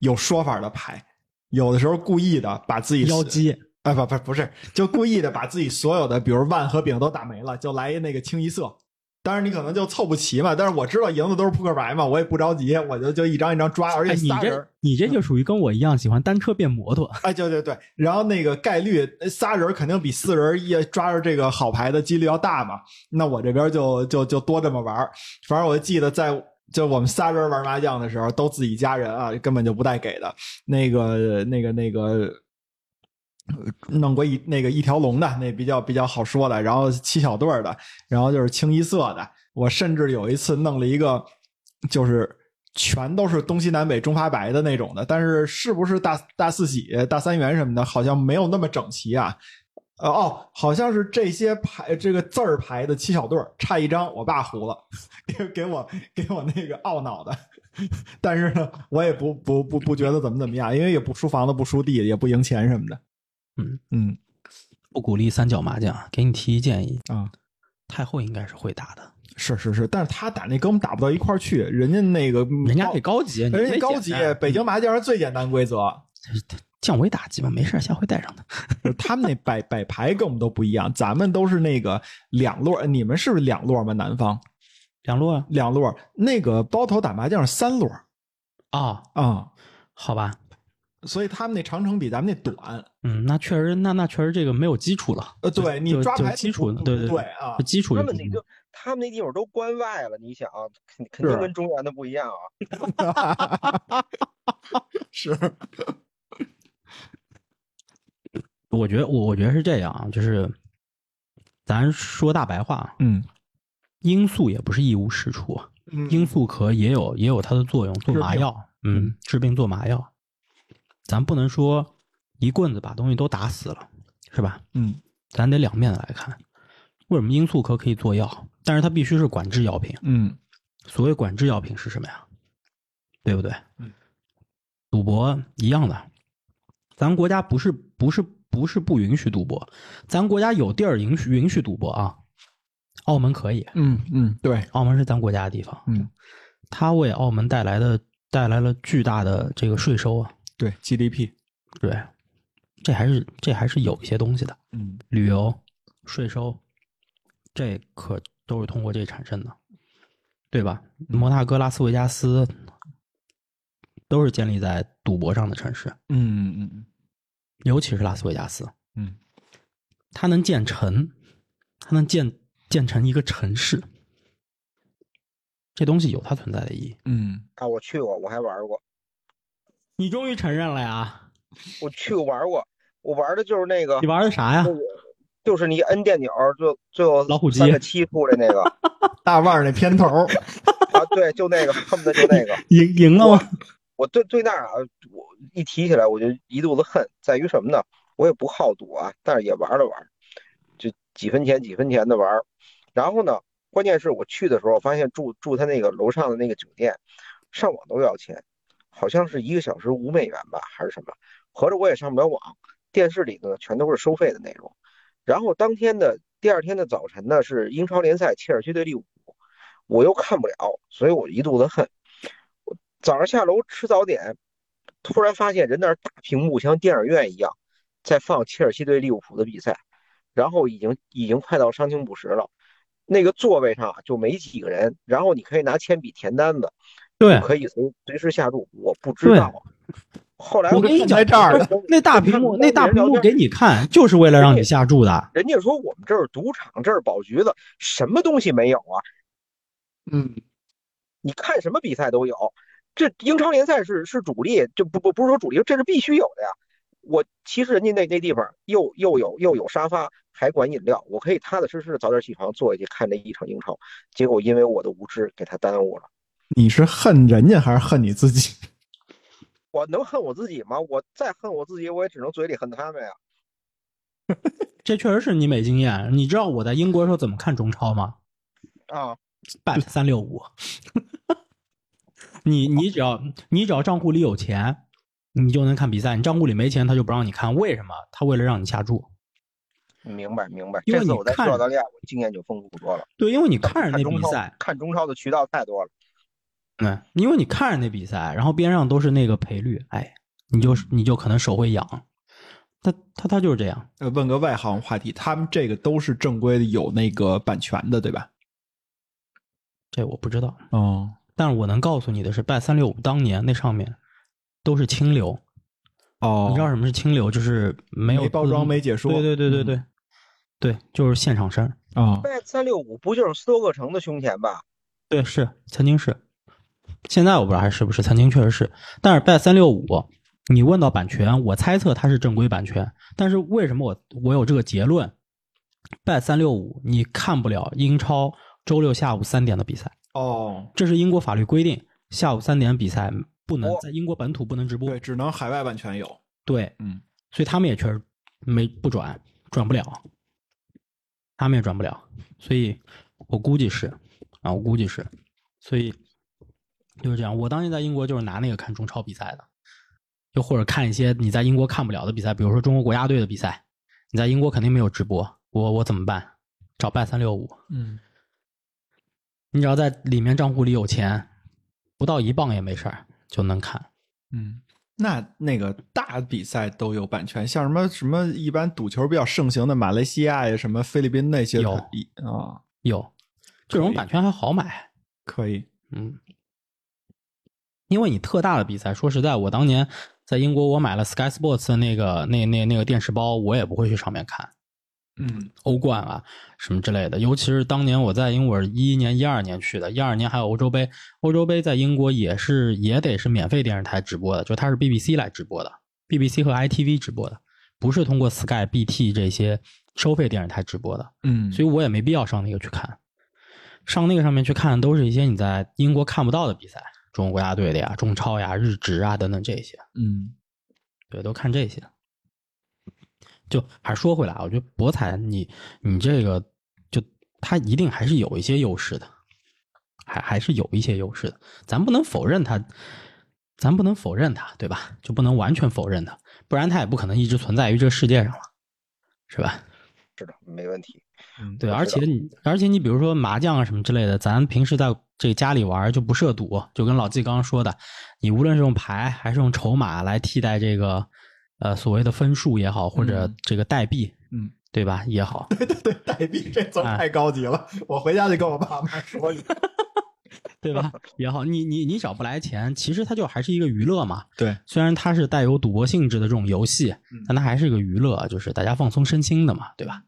S2: 有说法的牌，有的时候故意的把自己
S1: 妖姬
S2: 啊，不不不是，就故意的把自己所有的，比如万和饼都打没了，就来一那个清一色。当然你可能就凑不齐嘛，但是我知道赢的都是扑克牌嘛，我也不着急，我就就一张一张抓，而
S1: 哎，
S2: 且
S1: 你
S2: 仨人嗯
S1: 这你这就属于跟我一样喜欢单车变摩托， [laughs]
S2: 哎，对对对，然后那个概率，呃仨人肯定比四人也抓着这个好牌的几率要大嘛。那我这边就就就多这么玩儿反正我记得在就我们仨人玩麻将的时候，都自己家人啊，根本就不带给的。那个那个那个，呃弄过一那个一条龙的，那比较比较好说的。然后七小对儿的，然后就是清一色的。我甚至有一次弄了一个，就是全都是东西南北中发白的那种的，但是是不是大大四喜、大三元什么的，好像没有那么整齐啊。呃哦，好像是这些牌这个字儿牌的七小对儿差一张，我爸胡了， [laughs] 给给我给我那个懊恼的。但是呢，我也不不不不觉得怎么怎么样，因为也不输房子，不输地，也不赢钱什么的。
S1: 嗯
S2: 嗯
S1: 不鼓励三角麻将。给你提一建议，
S2: 啊，
S1: 太后应该是会打的，
S2: 是是是，但是他打那跟我们打不到一块儿去，人家那个
S1: 人家得高级，啊你
S2: 嗯人家
S1: 最
S2: 高
S1: 简
S2: 级
S1: 单，
S2: 北京麻将是最简单规则，
S1: 降维打击嘛，没事儿，下回带上他。
S2: 就是他们那摆摆牌跟我们都不一样，咱们都是那个两摞儿，你们是不是两摞儿吗？南方
S1: 两路啊，
S2: 两摞儿，那个包头打麻将是三摞儿
S1: 哦，
S2: 啊、
S1: 好吧，
S2: 所以他们那长城比咱们那短。
S1: 嗯，那确实，那那确实这个没有基础了。
S2: 呃，对你
S1: 就
S2: 抓
S1: 就
S2: 牌
S1: 基础
S2: 不
S1: 对对
S2: 对啊
S1: 就，基础
S3: 他
S1: 就
S3: 们
S1: 不
S3: 那
S1: 行
S3: 个他们那地方都关外了，你想啊，肯肯定
S2: 是
S3: 跟中原的不一样啊。
S2: 是
S1: 我觉得我我觉得是这样啊，就是咱说大白话啊，
S2: 嗯
S1: 罂粟也不是一无是处，啊
S2: 嗯
S1: 罂粟壳也有也有它的作用，做
S2: 治
S1: 麻
S2: 病
S1: 药，嗯
S2: 嗯，
S1: 治病做麻药。咱不能说一棍子把东西都打死了，是吧？
S2: 嗯
S1: 咱得两面来看。为什么罂粟壳可以做药？但是它必须是管制药品。
S2: 嗯
S1: 所谓管制药品是什么呀？对不对？
S2: 嗯
S1: 赌博一样的，咱国家不是不是不是不允许赌博，咱国家有地儿允许允许赌博啊。澳门可以，
S2: 嗯嗯，对，
S1: 澳门是咱国家的地方，
S2: 嗯
S1: 它为澳门带来的带来了巨大的这个税收啊，
S2: 对 GDP，
S1: 对，这还是这还是有一些东西的，
S2: 嗯
S1: 旅游、税收，这可都是通过这产生的，对吧？
S2: 嗯
S1: 摩纳哥、拉斯维加斯都是建立在赌博上的城市，
S2: 嗯嗯
S1: 尤其是拉斯维加斯，
S2: 嗯
S1: 它能建城，它能建建成一个城市，这东西有它存在的意义。
S2: 嗯
S3: 啊，我去过，我还玩过。啊
S1: 你终于承认了呀？
S3: 我去过玩过，我玩的就是那个
S1: 你，玩的啥呀
S3: 那？个就是你摁电钮，最最后
S1: 老虎机
S3: 三个七出来那个
S2: 大腕儿那片头儿， [laughs]
S3: 啊，对，就那个，恨不得就那个。
S1: 赢赢了吗？
S3: 我对对那儿啊，我一提起来我就一肚子恨，在于什么呢？我也不好赌啊，但是也玩了玩，就几分钱几分钱的玩儿。然后呢，关键是我去的时候发现住住他那个楼上的那个酒店，上网都要钱，好像是一个小时五美元吧，还是什么？合着我也上不了网。电视里呢全都是收费的内容。然后当天的第二天的早晨呢是英超联赛切尔西对利物浦，我又看不了，所以我一肚子恨。早上下楼吃早点，突然发现人那儿大屏幕像电影院一样，在放切尔西对利物浦的比赛，然后已经已经快到伤停补时了，那个座位上啊就没几个人，然后你可以拿铅笔填单子，
S1: 对，
S3: 可以随随时下注，我不知道。后来
S1: 我跟你
S2: 看
S1: 讲
S2: 在这儿呢，
S1: 那大屏幕，那大屏幕给你看，就是为了让你下注的。
S3: 人家说我们这儿赌场，这儿保局子，什么东西没有啊？
S2: 嗯，
S3: 你看什么比赛都有。这英超联赛是是主力，就不不不是说主力，这是必须有的呀。我其实人家那那地方又又有又有沙发，还管饮料，我可以踏踏实实的早点起床坐下去看这一场英超。结果因为我的无知给他耽误了。
S2: 你是恨人家还是恨你自己？
S3: 我能恨我自己吗？我再恨我自己，我也只能嘴里恨他们呀。
S1: 这确实是你没经验。你知道我在英国的时候怎么看中超吗
S3: 啊，
S1: ？bet 三六五。你你只要你只要账户里有钱，你就能看比赛；你账户里没钱，他就不让你看。为什么？他为了让你下注。
S3: 明白明白。
S1: 因为
S3: 这
S1: 你
S3: 次我在去
S1: 看
S3: 澳大利亚，我经验就丰富多了。
S1: 对，因为你看着
S3: 看
S1: 那
S3: 中
S1: 比
S3: 超
S1: 赛，
S3: 看中超的渠道太多了。
S1: 对，因为你看着那比赛，然后边上都是那个赔率，哎，你就是你就可能手会痒。他他他就是这样。
S2: 呃问个外行话题，他们这个都是正规的，有那个版权的，对吧？
S1: 这我不知道，
S2: 哦，
S1: 但是我能告诉你的是，bet 三六五当年那上面都是清流。
S2: 哦，
S1: 你知道什么是清流？就是没有
S2: 没包装
S1: 字幕
S2: 没解说嗯
S1: 对对对对对，对，就是现场声。
S2: 啊？
S3: 那三六五不就是斯托克城的胸前吧？
S1: 对，是曾经是，现在我不知道还是不是，曾经确实是。但是 bet 三六五，你问到版权，我猜测它是正规版权。但是为什么我我有这个结论？bet 三六五，你看不了英超周六下午三点的比赛，
S2: 哦，
S1: 这是英国法律规定，下午三点比赛不能
S3: 哦
S1: 在英国本土不能直播。
S2: 对，只能海外版权有。
S1: 对，
S2: 嗯，
S1: 所以他们也确实没不转，转不了，他们也转不了，所以我估计是啊，我估计是，所以就是这样。我当年在英国就是拿那个看中超比赛的，又或者看一些你在英国看不了的比赛，比如说中国国家队的比赛，你在英国肯定没有直播，我我怎么办？找拜三六五，
S2: 嗯，
S1: 你只要在里面账户里有钱，不到一磅也没事儿就能看。
S2: 嗯，那那个大比赛都有版权，像什么什么一般赌球比较盛行的马来西亚呀、什么菲律宾那些
S1: 有
S2: 它一啊、
S1: 有这种
S2: 可以
S1: 版权还好买，
S2: 可以。
S1: 嗯，因为你特大的比赛，说实在，我当年在英国，我买了 Sky Sports 的那个那那那个电视包，我也不会去上面看
S2: 嗯，
S1: 欧冠啊什么之类的。尤其是当年我在英国一一年、一二年去的，一二年还有欧洲杯，欧洲杯在英国也是也得是免费电视台直播的，就它是 BBC 来直播的，BBC 和 ITV 直播的，不是通过 Sky、BT 这些收费电视台直播的。
S2: 嗯，
S1: 所以我也没必要上那个去看。上那个上面去看，都是一些你在英国看不到的比赛，中国国家队的呀、中超呀、日职啊等等这些，
S2: 嗯，
S1: 对，都看这些。就还是说回来啊，我觉得博彩你你这个就它一定还是有一些优势的，还还是有一些优势的，咱不能否认它，咱不能否认它，对吧？就不能完全否认它，不然它也不可能一直存在于这个世界上了，是吧？
S3: 是的，没问题。
S2: 嗯
S1: 对，
S3: 我
S1: 而
S3: 知
S1: 且你，而且你比如说麻将啊什么之类的，咱平时在这家里玩儿就不涉赌，就跟老季刚刚说的，你无论是用牌还是用筹码来替代这个呃所谓的分数也好，或者
S2: 嗯
S1: 这个代币，
S2: 嗯，
S1: 对吧？也好，
S2: 对，代币这词
S1: 哎
S2: 儿太高级了，我回家就跟我爸妈说去。
S1: 对吧？也好，你你你找不来钱，其实它就还是一个娱乐嘛。
S2: 对，
S1: 虽然它是带有赌博性质的这种游戏，但它还是一个娱乐，就是大家放松身心的嘛，对吧？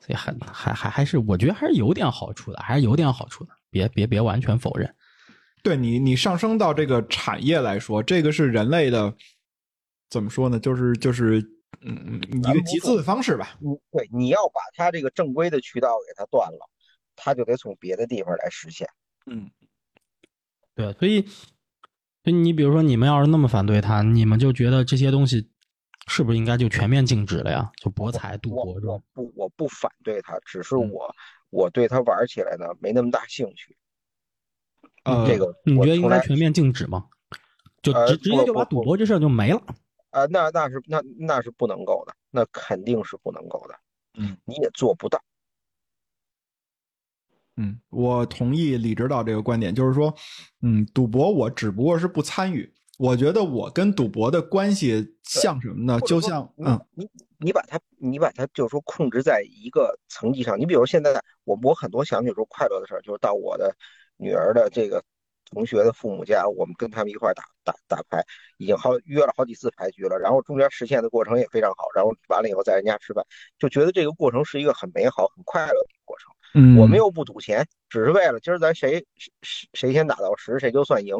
S1: 所以还还还还是我觉得还是有点好处的，还是有点好处的，别别别完全否认。
S2: 对你，你上升到这个产业来说，这个是人类的怎么说呢？就是就是嗯一个集资的方式吧。
S1: 嗯
S3: 你对，你要把它这个正规的渠道给它断了，它就得从别的地方来实现。
S2: 嗯，
S1: 对，所以，所以你比如说，你们要是那么反对它，你们就觉得这些东西是不是应该就全面禁止了呀？就博彩、赌
S3: 我
S1: 博这
S3: 我
S1: 种。
S3: 不我不反对它，只是
S1: 嗯
S3: 我、我对它玩起来呢没那么大兴趣。
S2: 呃，
S3: 嗯这个
S1: 你
S3: 我
S1: 觉得应
S3: 从
S1: 该
S3: 来
S1: 全面禁止吗？就
S3: 呃
S1: 直直接
S3: 不
S1: 就把
S3: 不
S1: 赌
S3: 不
S1: 博这事儿就没了。
S3: 啊、那那是那那是不能够的，那肯定是不能够的。
S2: 嗯，
S3: 你也做不到。
S2: 嗯，我同意李指导这个观点，就是说，嗯，赌博我只不过是不参与。我觉得我跟赌博的关系像什么呢？
S3: 或者
S2: 就
S3: 说
S2: 像
S3: 你
S2: 嗯
S3: 你你把它你把它就是说控制在一个层级上。你比如现在我我很多想起说快乐的事儿，就是到我的女儿的这个同学的父母家，我们跟他们一块儿打打打牌，已经好约了好几次牌局了。然后中间实现的过程也非常好，然后完了以后在人家吃饭，就觉得这个过程是一个很美好、很快乐的过程。
S2: 嗯，
S3: 我们又不赌钱，只是为了今儿咱谁谁谁谁先打到十，谁就算赢，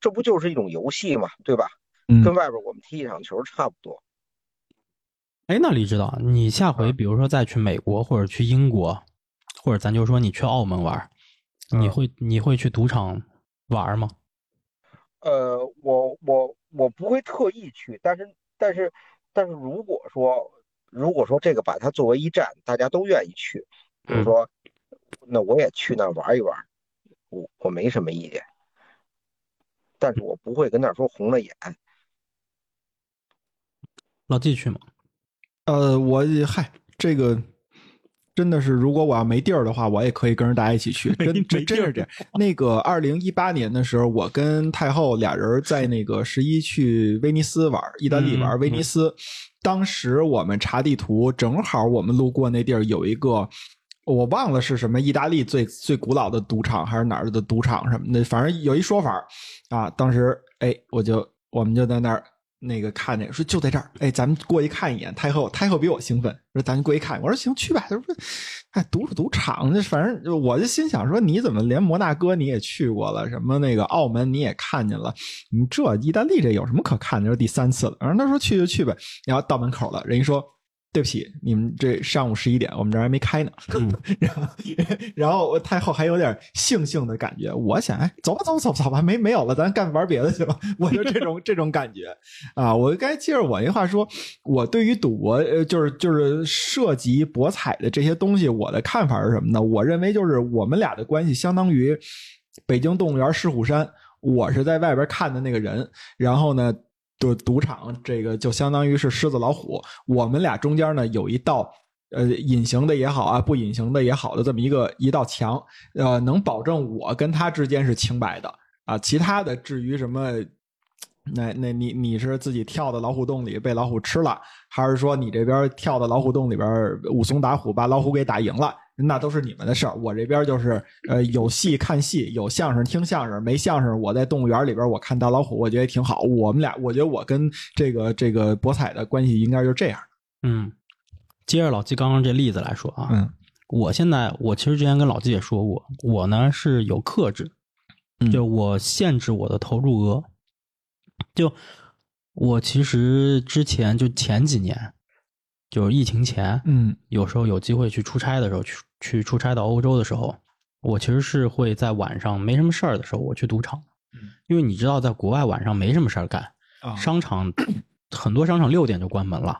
S3: 这不就是一种游戏嘛，对吧？
S2: 嗯
S3: 跟外边我们踢一场球差不多。
S1: 哎，那李指导，你下回
S3: 嗯
S1: 比如说再去美国或者去英国，或者咱就说你去澳门玩儿，你
S3: 嗯
S1: 会你会去赌场玩儿吗？
S3: 呃，我我我不会特意去，但是但是但是如果说如果说这个把它作为一站，大家都愿意去，比如
S1: 嗯
S3: 说，那我也去那儿玩一玩，我我没什么意见，但是我不会跟那儿说红了眼。
S1: 老季去吗？
S2: 呃，我也嗨，这个真的是，如果我要没地儿的话，我也可以跟着大家
S1: [laughs]
S2: 一起去。真真真是这样。那个二零一八年的时候，我跟太后俩人在那个十一去威尼斯玩，意大利玩
S1: 嗯
S2: 威尼斯。当时我们查地图，正好我们路过那地儿有一个。我忘了是什么意大利最最古老的赌场还是哪儿的赌场什么的，反正有一说法啊。当时哎，我就我们就在那儿那个看着说就在这儿，哎，咱们过去看一眼。太后太后比我兴奋，说咱们过去看。我说行，去吧。他说哎，赌是赌场，这反正我就心想说，你怎么连摩纳哥你也去过了，什么那个澳门你也看见了，你这意大利这有什么可看的？这是第三次了。然后他说去就去呗。然后到门口了，人家说。对不起，你们这上午十一点，我们这儿还没开呢。 [laughs] 然后，然后我太后还有点悻悻的感觉。我想，哎，走吧，走吧，走吧，走吧，没没有了，咱干玩别的去吧。我就这种这种感觉啊。我该接着我那话说，我对于赌博，呃，就是就是涉及博彩的这些东西，我的看法是什么呢？我认为就是我们俩的关系相当于北京动物园狮虎山，我是在外边看的那个人，然后呢。就赌场这个就相当于是狮子老虎，我们俩中间呢有一道呃隐形的也好啊，不隐形的也好的这么一个一道墙，呃，能保证我跟他之间是清白的啊。其他的至于什么，那那你你是自己跳到老虎洞里被老虎吃了，还是说你这边跳到老虎洞里边武松打虎把老虎给打赢了？那都是你们的事儿，我这边就是，呃，有戏看戏，有相声听相声，没相声我在动物园里边我看大老虎，我觉得挺好。我们俩，我觉得我跟这个这个博彩的关系应该就是这样。
S1: 嗯，接着老季刚刚这例子来说啊，
S2: 嗯
S1: 我现在我其实之前跟老季也说过，我呢是有克制，
S2: 嗯
S1: 就我限制我的投入额。就我其实之前就前几年，就是疫情前，
S2: 嗯
S1: 有时候有机会去出差的时候，去去出差到欧洲的时候，我其实是会在晚上没什么事儿的时候，我去赌场
S2: 嗯，
S1: 因为你知道，在国外晚上没什么事儿干，
S2: 啊
S1: 商场很多商场六点就关门了，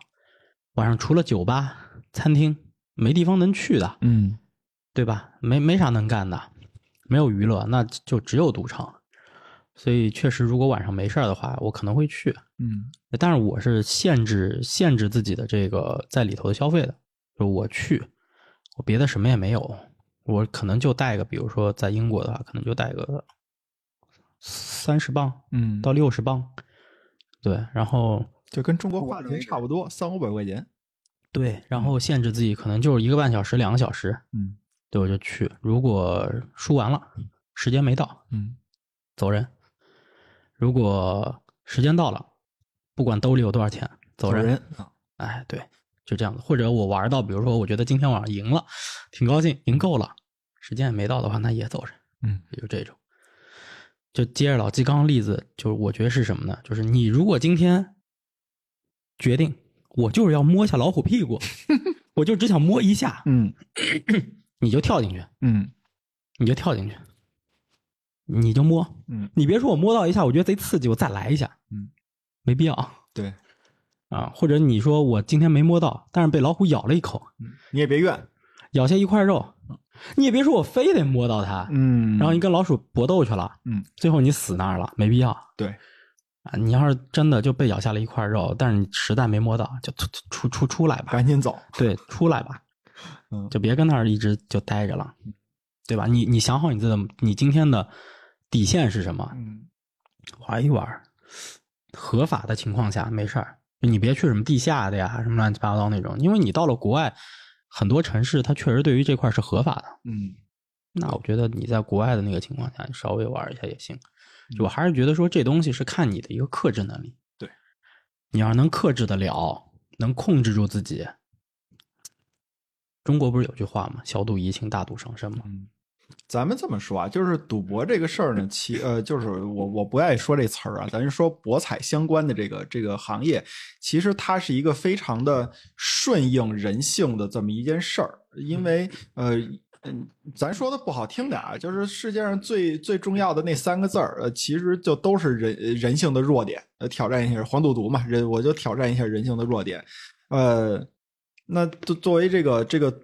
S1: 晚上除了酒吧、餐厅，没地方能去的，
S2: 嗯
S1: 对吧？没没啥能干的，没有娱乐，那就只有赌场。所以确实，如果晚上没事儿的话，我可能会去。
S2: 嗯
S1: 但是我是限制限制自己的这个在里头的消费的，就是我去，我别的什么也没有，我可能就带个，比如说在英国的话，可能就带个三十磅
S2: 嗯，
S1: 到六十磅，对，然后
S2: 就跟中国话钱差不多，三五百块钱。
S1: 对，然后限制自己可能就是一个半小时、两个小时，
S2: 嗯
S1: 对，我就去，如果输完了，时间没到，
S2: 嗯
S1: 走人；如果时间到了，不管兜里有多少钱，走人。
S2: 啊，
S1: 哎，对，就这样子。或者我玩到，比如说，我觉得今天晚上赢了，挺高兴，赢够了，时间也没到的话，那也走人。
S2: 嗯，
S1: 也就这种。就接着老季刚刚例子，就是我觉得是什么呢？就是你如果今天决定，我就是要摸一下老虎屁 [laughs] 股，我就只想摸一下，
S2: 嗯
S1: 你就跳进去，
S2: 嗯
S1: 你就跳进去，你就摸，
S2: 嗯，
S1: 你别说我摸到一下，我觉得贼刺激，我再来一下，
S2: 嗯，
S1: 没必要
S2: 对，
S1: 啊。或者你说我今天没摸到，但是被老虎咬了一口，
S2: 你也别怨，
S1: 咬下一块肉，你也别说我非得摸到它，
S2: 嗯
S1: 然后你跟老鼠搏斗去了，
S2: 嗯，
S1: 最后你死那儿了，没必要
S2: 对，
S1: 啊。你要是真的就被咬下了一块肉，但是你实在没摸到，就出出出出来吧，
S2: 赶紧走，
S1: 对，出来吧
S2: 嗯，
S1: 就别跟那儿一直就待着了，对吧？你你想好你自己的，你今天的底线是什么？
S2: 嗯
S1: 玩一玩，合法的情况下没事儿，你别去什么地下的呀，什么乱七八糟那种，因为你到了国外，很多城市它确实对于这块是合法的。
S2: 嗯
S1: 那我觉得你在国外的那个情况下，你稍微玩一下也行。就我还是觉得说这东西是看你的一个克制能力。
S2: 嗯对，
S1: 你要是能克制得了，能控制住自己。中国不是有句话吗？小赌怡情，大赌伤身吗？
S2: 嗯。咱们这么说啊，就是赌博这个事儿呢，其呃，就是我我不爱说这词儿啊，咱就说博彩相关的这个这个行业，其实它是一个非常的顺应人性的这么一件事儿，因为呃。嗯，咱说的不好听点啊，就是世界上最最重要的那三个字儿，呃，其实就都是人呃人性的弱点。呃，挑战一下黄赌毒嘛，人我就挑战一下人性的弱点。呃，那作作为这个这个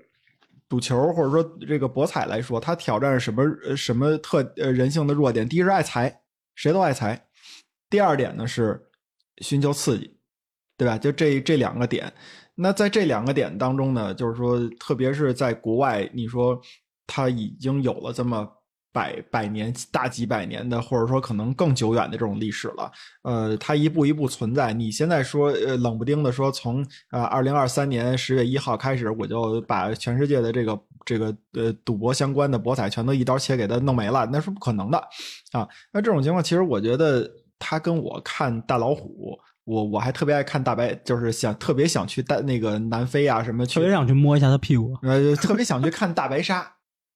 S2: 赌球或者说这个博彩来说，它挑战什么呃什么特呃人性的弱点？第一是爱财，谁都爱财；第二点呢是寻求刺激，对吧？就这这两个点。那在这两个点当中呢，就是说，特别是在国外，你说它已经有了这么百百年、大几百年的，或者说可能更久远的这种历史了。呃，它一步一步存在。你现在说，呃，冷不丁的说从，呃二零二三年十月一号开始，我就把全世界的这个这个呃赌博相关的博彩全都一刀切给它弄没了，那是不可能的啊。那这种情况，其实我觉得它跟我看大老虎。我我还特别爱看大白，就是想特别想去大那个南非啊什么去
S1: 特别想去摸一下他屁股。
S2: 呃，特别想去看大白鲨，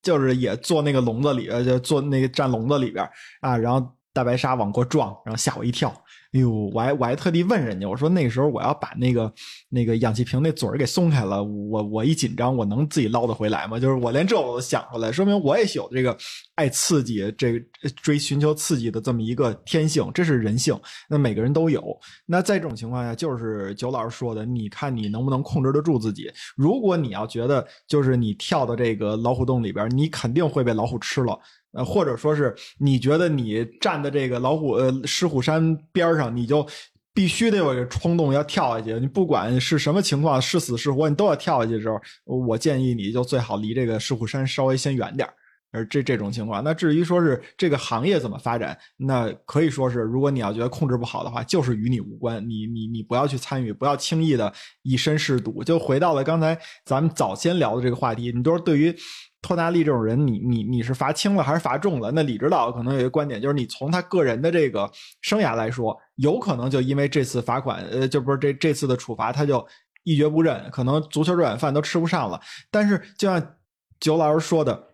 S2: 就是也坐那个笼子里，呃，就坐那个站笼子里边儿啊，然后大白鲨往过撞，然后吓我一跳。哎呦，我还我还特地问人家，我说那个时候我要把那个那个氧气瓶那嘴儿给松开了，我我一紧张，我能自己捞得回来吗？就是我连这我都想出来，说明我也是有这个爱刺激、这个呃追寻求刺激的这么一个天性，这是人性，那每个人都有。那在这种情况下，就是九老师说的，你看你能不能控制得住自己？如果你要觉得就是你跳到这个老虎洞里边，你肯定会被老虎吃了。呃，或者说是你觉得你站在这个老虎呃狮虎山边儿上，你就必须得有一个冲动要跳下去。你不管是什么情况，是死是活，你都要跳下去的时候，我建议你就最好离这个狮虎山稍微先远点儿。而这这种情况，那至于说是这个行业怎么发展，那可以说是，如果你要觉得控制不好的话，就是与你无关，你你你不要去参与，不要轻易的以身试赌。就回到了刚才咱们早先聊的这个话题，你都是对于托纳利这种人，你你你是罚轻了还是罚重了？那李指导可能有一个观点，就是你从他个人的这个生涯来说，有可能就因为这次罚款，呃，就不是这这次的处罚，他就一蹶不振，可能足球这碗饭都吃不上了。但是就像九老师说的，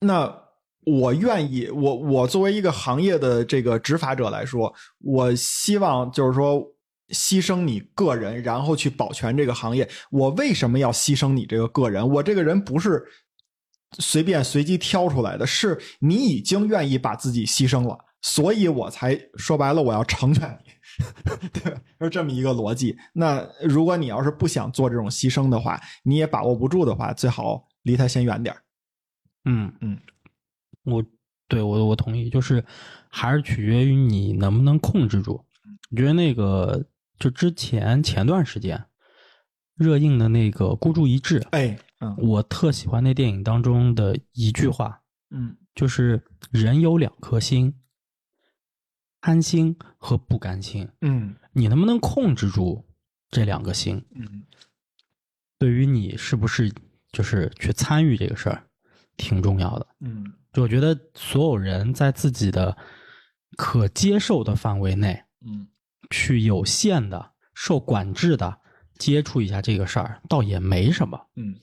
S2: 那我愿意，我我作为一个行业的这个执法者来说，我希望就是说牺牲你个人，然后去保全这个行业。我为什么要牺牲你这个个人？我这个人不是随便随机挑出来的，是你已经愿意把自己牺牲了，所以我才说白了，我要成全你。 [laughs] 对，是这么一个逻辑。那如果你要是不想做这种牺牲的话，你也把握不住的话，最好离他先远点儿。
S1: 嗯
S2: 嗯，
S1: 我对我我同意，就是还是取决于你能不能控制住。
S2: 嗯
S1: 我觉得那个就之前前段时间热映的那个《孤注一掷》，
S2: 哎，嗯
S1: 我特喜欢那电影当中的一句话，
S2: 嗯
S1: 就是“人有两颗心，甘心和不甘心，
S2: 嗯
S1: 你能不能控制住这两个心？”
S2: 嗯
S1: 对于你是不是就是去参与这个事儿，挺重要的。
S2: 嗯
S1: 就我觉得所有人在自己的可接受的范围内，
S2: 嗯
S1: 去有限的、受管制的接触一下这个事儿，倒也没什么。
S2: 嗯，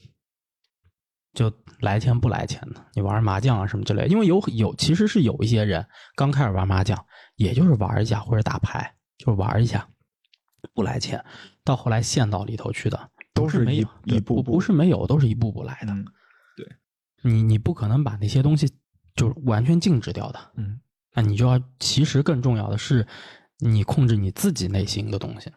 S1: 就来钱不来钱的，你玩麻将啊什么之类的因为有有其实是有一些人刚开始玩麻将，也就是玩一下或者打牌，就是玩一下，步来前，到后来陷到里头去的，
S2: 都
S1: 是
S2: 是
S1: 没
S2: 一
S1: 有，对
S2: 一步
S1: 不
S2: 步
S1: 不是没有，都是一步步来的。
S2: 嗯
S1: 你你不可能把那些东西就是完全静止掉的，
S2: 嗯，
S1: 那你就要其实更重要的是，你控制你自己内心的东西。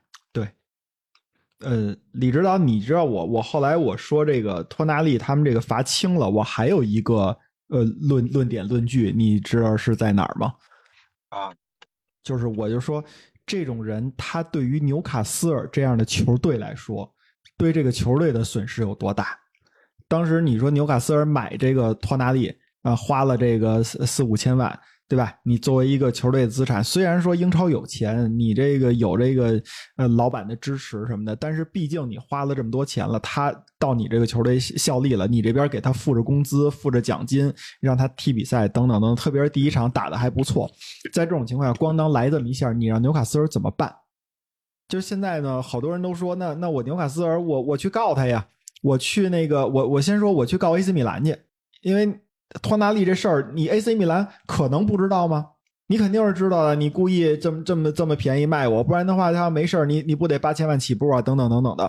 S2: 呃，李指导，你知道我我后来我说这个托纳利他们这个罚轻了，我还有一个呃论论点论据，你知道是在哪儿吗？
S3: 啊，
S2: 就是我就说，这种人他对于纽卡斯尔这样的球队来说，对这个球队的损失有多大？当时你说纽卡斯尔买这个托纳利啊、花了这个四四五千万，对吧？你作为一个球队资产，虽然说英超有钱，你这个有这个呃老板的支持什么的，但是毕竟你花了这么多钱了，他到你这个球队效力了，你这边给他付着工资、付着奖金，让他踢比赛等等等等，特别是第一场打的还不错，在这种情况下，咣当来这么一下，你让纽卡斯尔怎么办？就是现在呢，好多人都说，那那我纽卡斯尔，我我去告他呀，我去那个，我我先说，我去告 AC 米兰去，因为托纳利这事儿，你 AC 米兰可能不知道吗？你肯定是知道的，你故意这么这么这么便宜卖我，不然的话他要没事儿，你你不得八千万起步啊，等等等等的。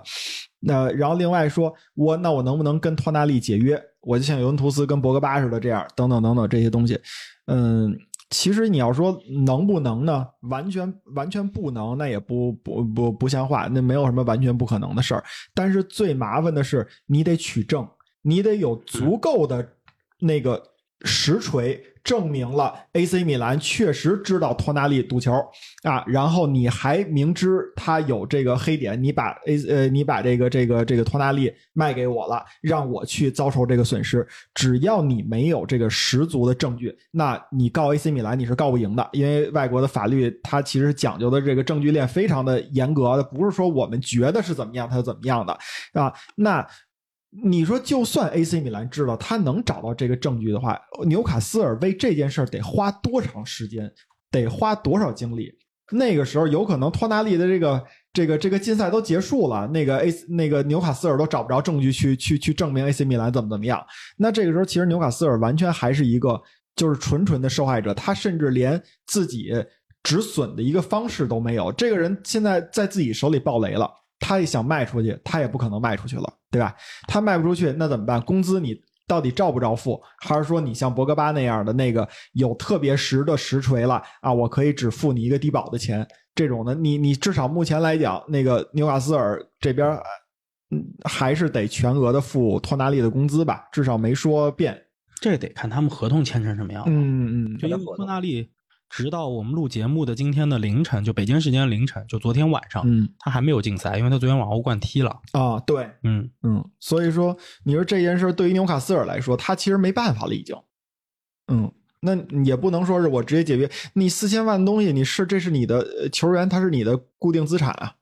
S2: 那然后另外说，我那我能不能跟托纳利解约？我就像尤文图斯跟博格巴似的这样，等等等等这些东西。嗯，其实你要说能不能呢？完全完全不能，那也不不不不像话，那没有什么完全不可能的事儿。但是最麻烦的是，你得取证，你得有足够的那个实锤证明了 AC 米兰确实知道托纳利赌球啊，然后你还明知他有这个黑点，你把 A 呃你把这个这个这个托纳利卖给我了，让我去遭受这个损失。只要你没有这个十足的证据，那你告 AC 米兰你是告不赢的，因为外国的法律它其实讲究的这个证据链非常的严格的，不是说我们觉得是怎么样它就怎么样的啊。那你说，就算 AC 米兰知道他能找到这个证据的话，纽卡斯尔为这件事儿得花多长时间，得花多少精力？那个时候有可能托纳利的这个这个这个竞赛都结束了，那个 A 那个纽卡斯尔都找不着证据去去去证明 AC 米兰怎么怎么样。那这个时候，其实纽卡斯尔完全还是一个就是纯纯的受害者，他甚至连自己止损的一个方式都没有。这个人现在在自己手里爆雷了，他也想卖出去，他也不可能卖出去了，对吧？他卖不出去，那怎么办？工资你到底照不照付？还是说你像博格巴那样的那个有特别实的实锤了啊？我可以只付你一个低保的钱，这种的，你你至少目前来讲，那个纽卡斯尔这边，呃嗯，还是得全额的付托纳利的工资吧，至少没说变。
S1: 这得看他们合同签成什么样。，
S2: 嗯嗯
S1: 就因为
S3: 合同
S1: 托纳利，直到我们录节目的今天的凌晨，就北京时间凌晨，就昨天晚上，
S2: 嗯
S1: 他还没有竞赛，因为他昨天往欧冠踢了。
S2: 啊，对，
S1: 嗯，
S2: 嗯，所以说，你说这件事对于纽卡斯尔来说，他其实没办法了，已经。嗯，那也不能说是我直接解约，你四千万东西，你是这是你的呃球员，他是你的固定资产啊。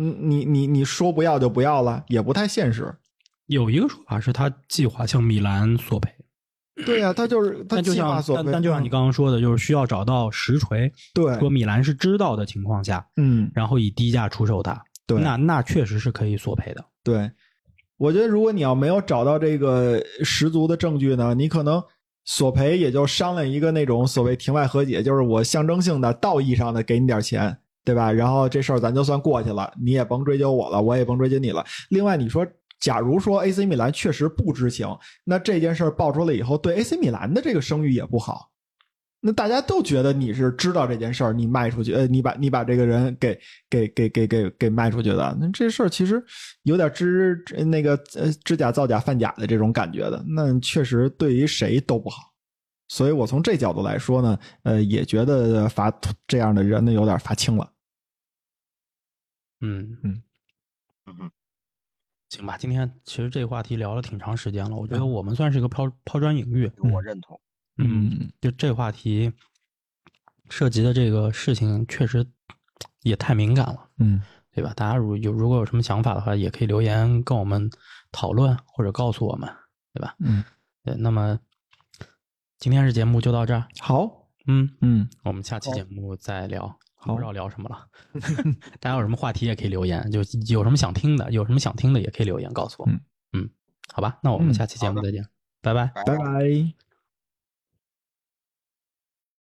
S2: 嗯，你你你说不要就不要了，也不太现实。
S1: 有一个说法是他计划向米兰索赔，
S2: 对呀、他就是他
S1: 但就
S2: 计划
S1: 像
S2: 所
S1: 但
S2: 为嗯
S1: 但就像你刚刚说的，就是需要找到实锤，
S2: 对，
S1: 说米兰是知道的情况下，
S2: 嗯，
S1: 然后以低价出售他。
S2: 对
S1: 那那确实是可以索赔的。
S2: 对，我觉得如果你要没有找到这个十足的证据呢，你可能索赔也就商量一个那种所谓庭外和解，就是我象征性的道义上的给你点钱，对吧？然后这事儿咱就算过去了，你也甭追究我了，我也甭追究你了。另外，你说假如说 AC 米兰确实不知情，那这件事儿爆出来以后，对 AC 米兰的这个声誉也不好。那大家都觉得你是知道这件事儿，你卖出去，呃，你把你把这个人给给给给给给卖出去的，那这事儿其实有点知知那个呃知假造假贩假的这种感觉的，那确实对于谁都不好。所以我从这角度来说呢，呃，也觉得罚这样的人呢有点罚轻了。
S1: 嗯，
S3: 嗯嗯，
S1: 行吧，今天其实这个话题聊了挺长时间了，我觉得我们算是个抛抛砖引玉。
S3: 这个我认同。
S1: 嗯，就这个话题涉及的这个事情，确实也太敏感了，
S2: 嗯
S1: 对吧？大家如有如果有什么想法的话，也可以留言跟我们讨论，或者告诉我们，对吧？
S2: 嗯，
S1: 对，那么今天这节目就到这儿，
S2: 好，
S1: 嗯，
S2: 嗯
S1: 我们下期
S2: 好
S1: 节目再聊。
S2: 好
S1: 不知道聊什么了， [laughs] 大家有什么话题也可以留言，就有什么想听的，有什么想听的也可以留言告诉我。
S2: 嗯
S1: 嗯，好吧，那我们
S2: 嗯
S1: 下期节目
S3: 好
S1: 再见，拜拜。
S2: 拜拜。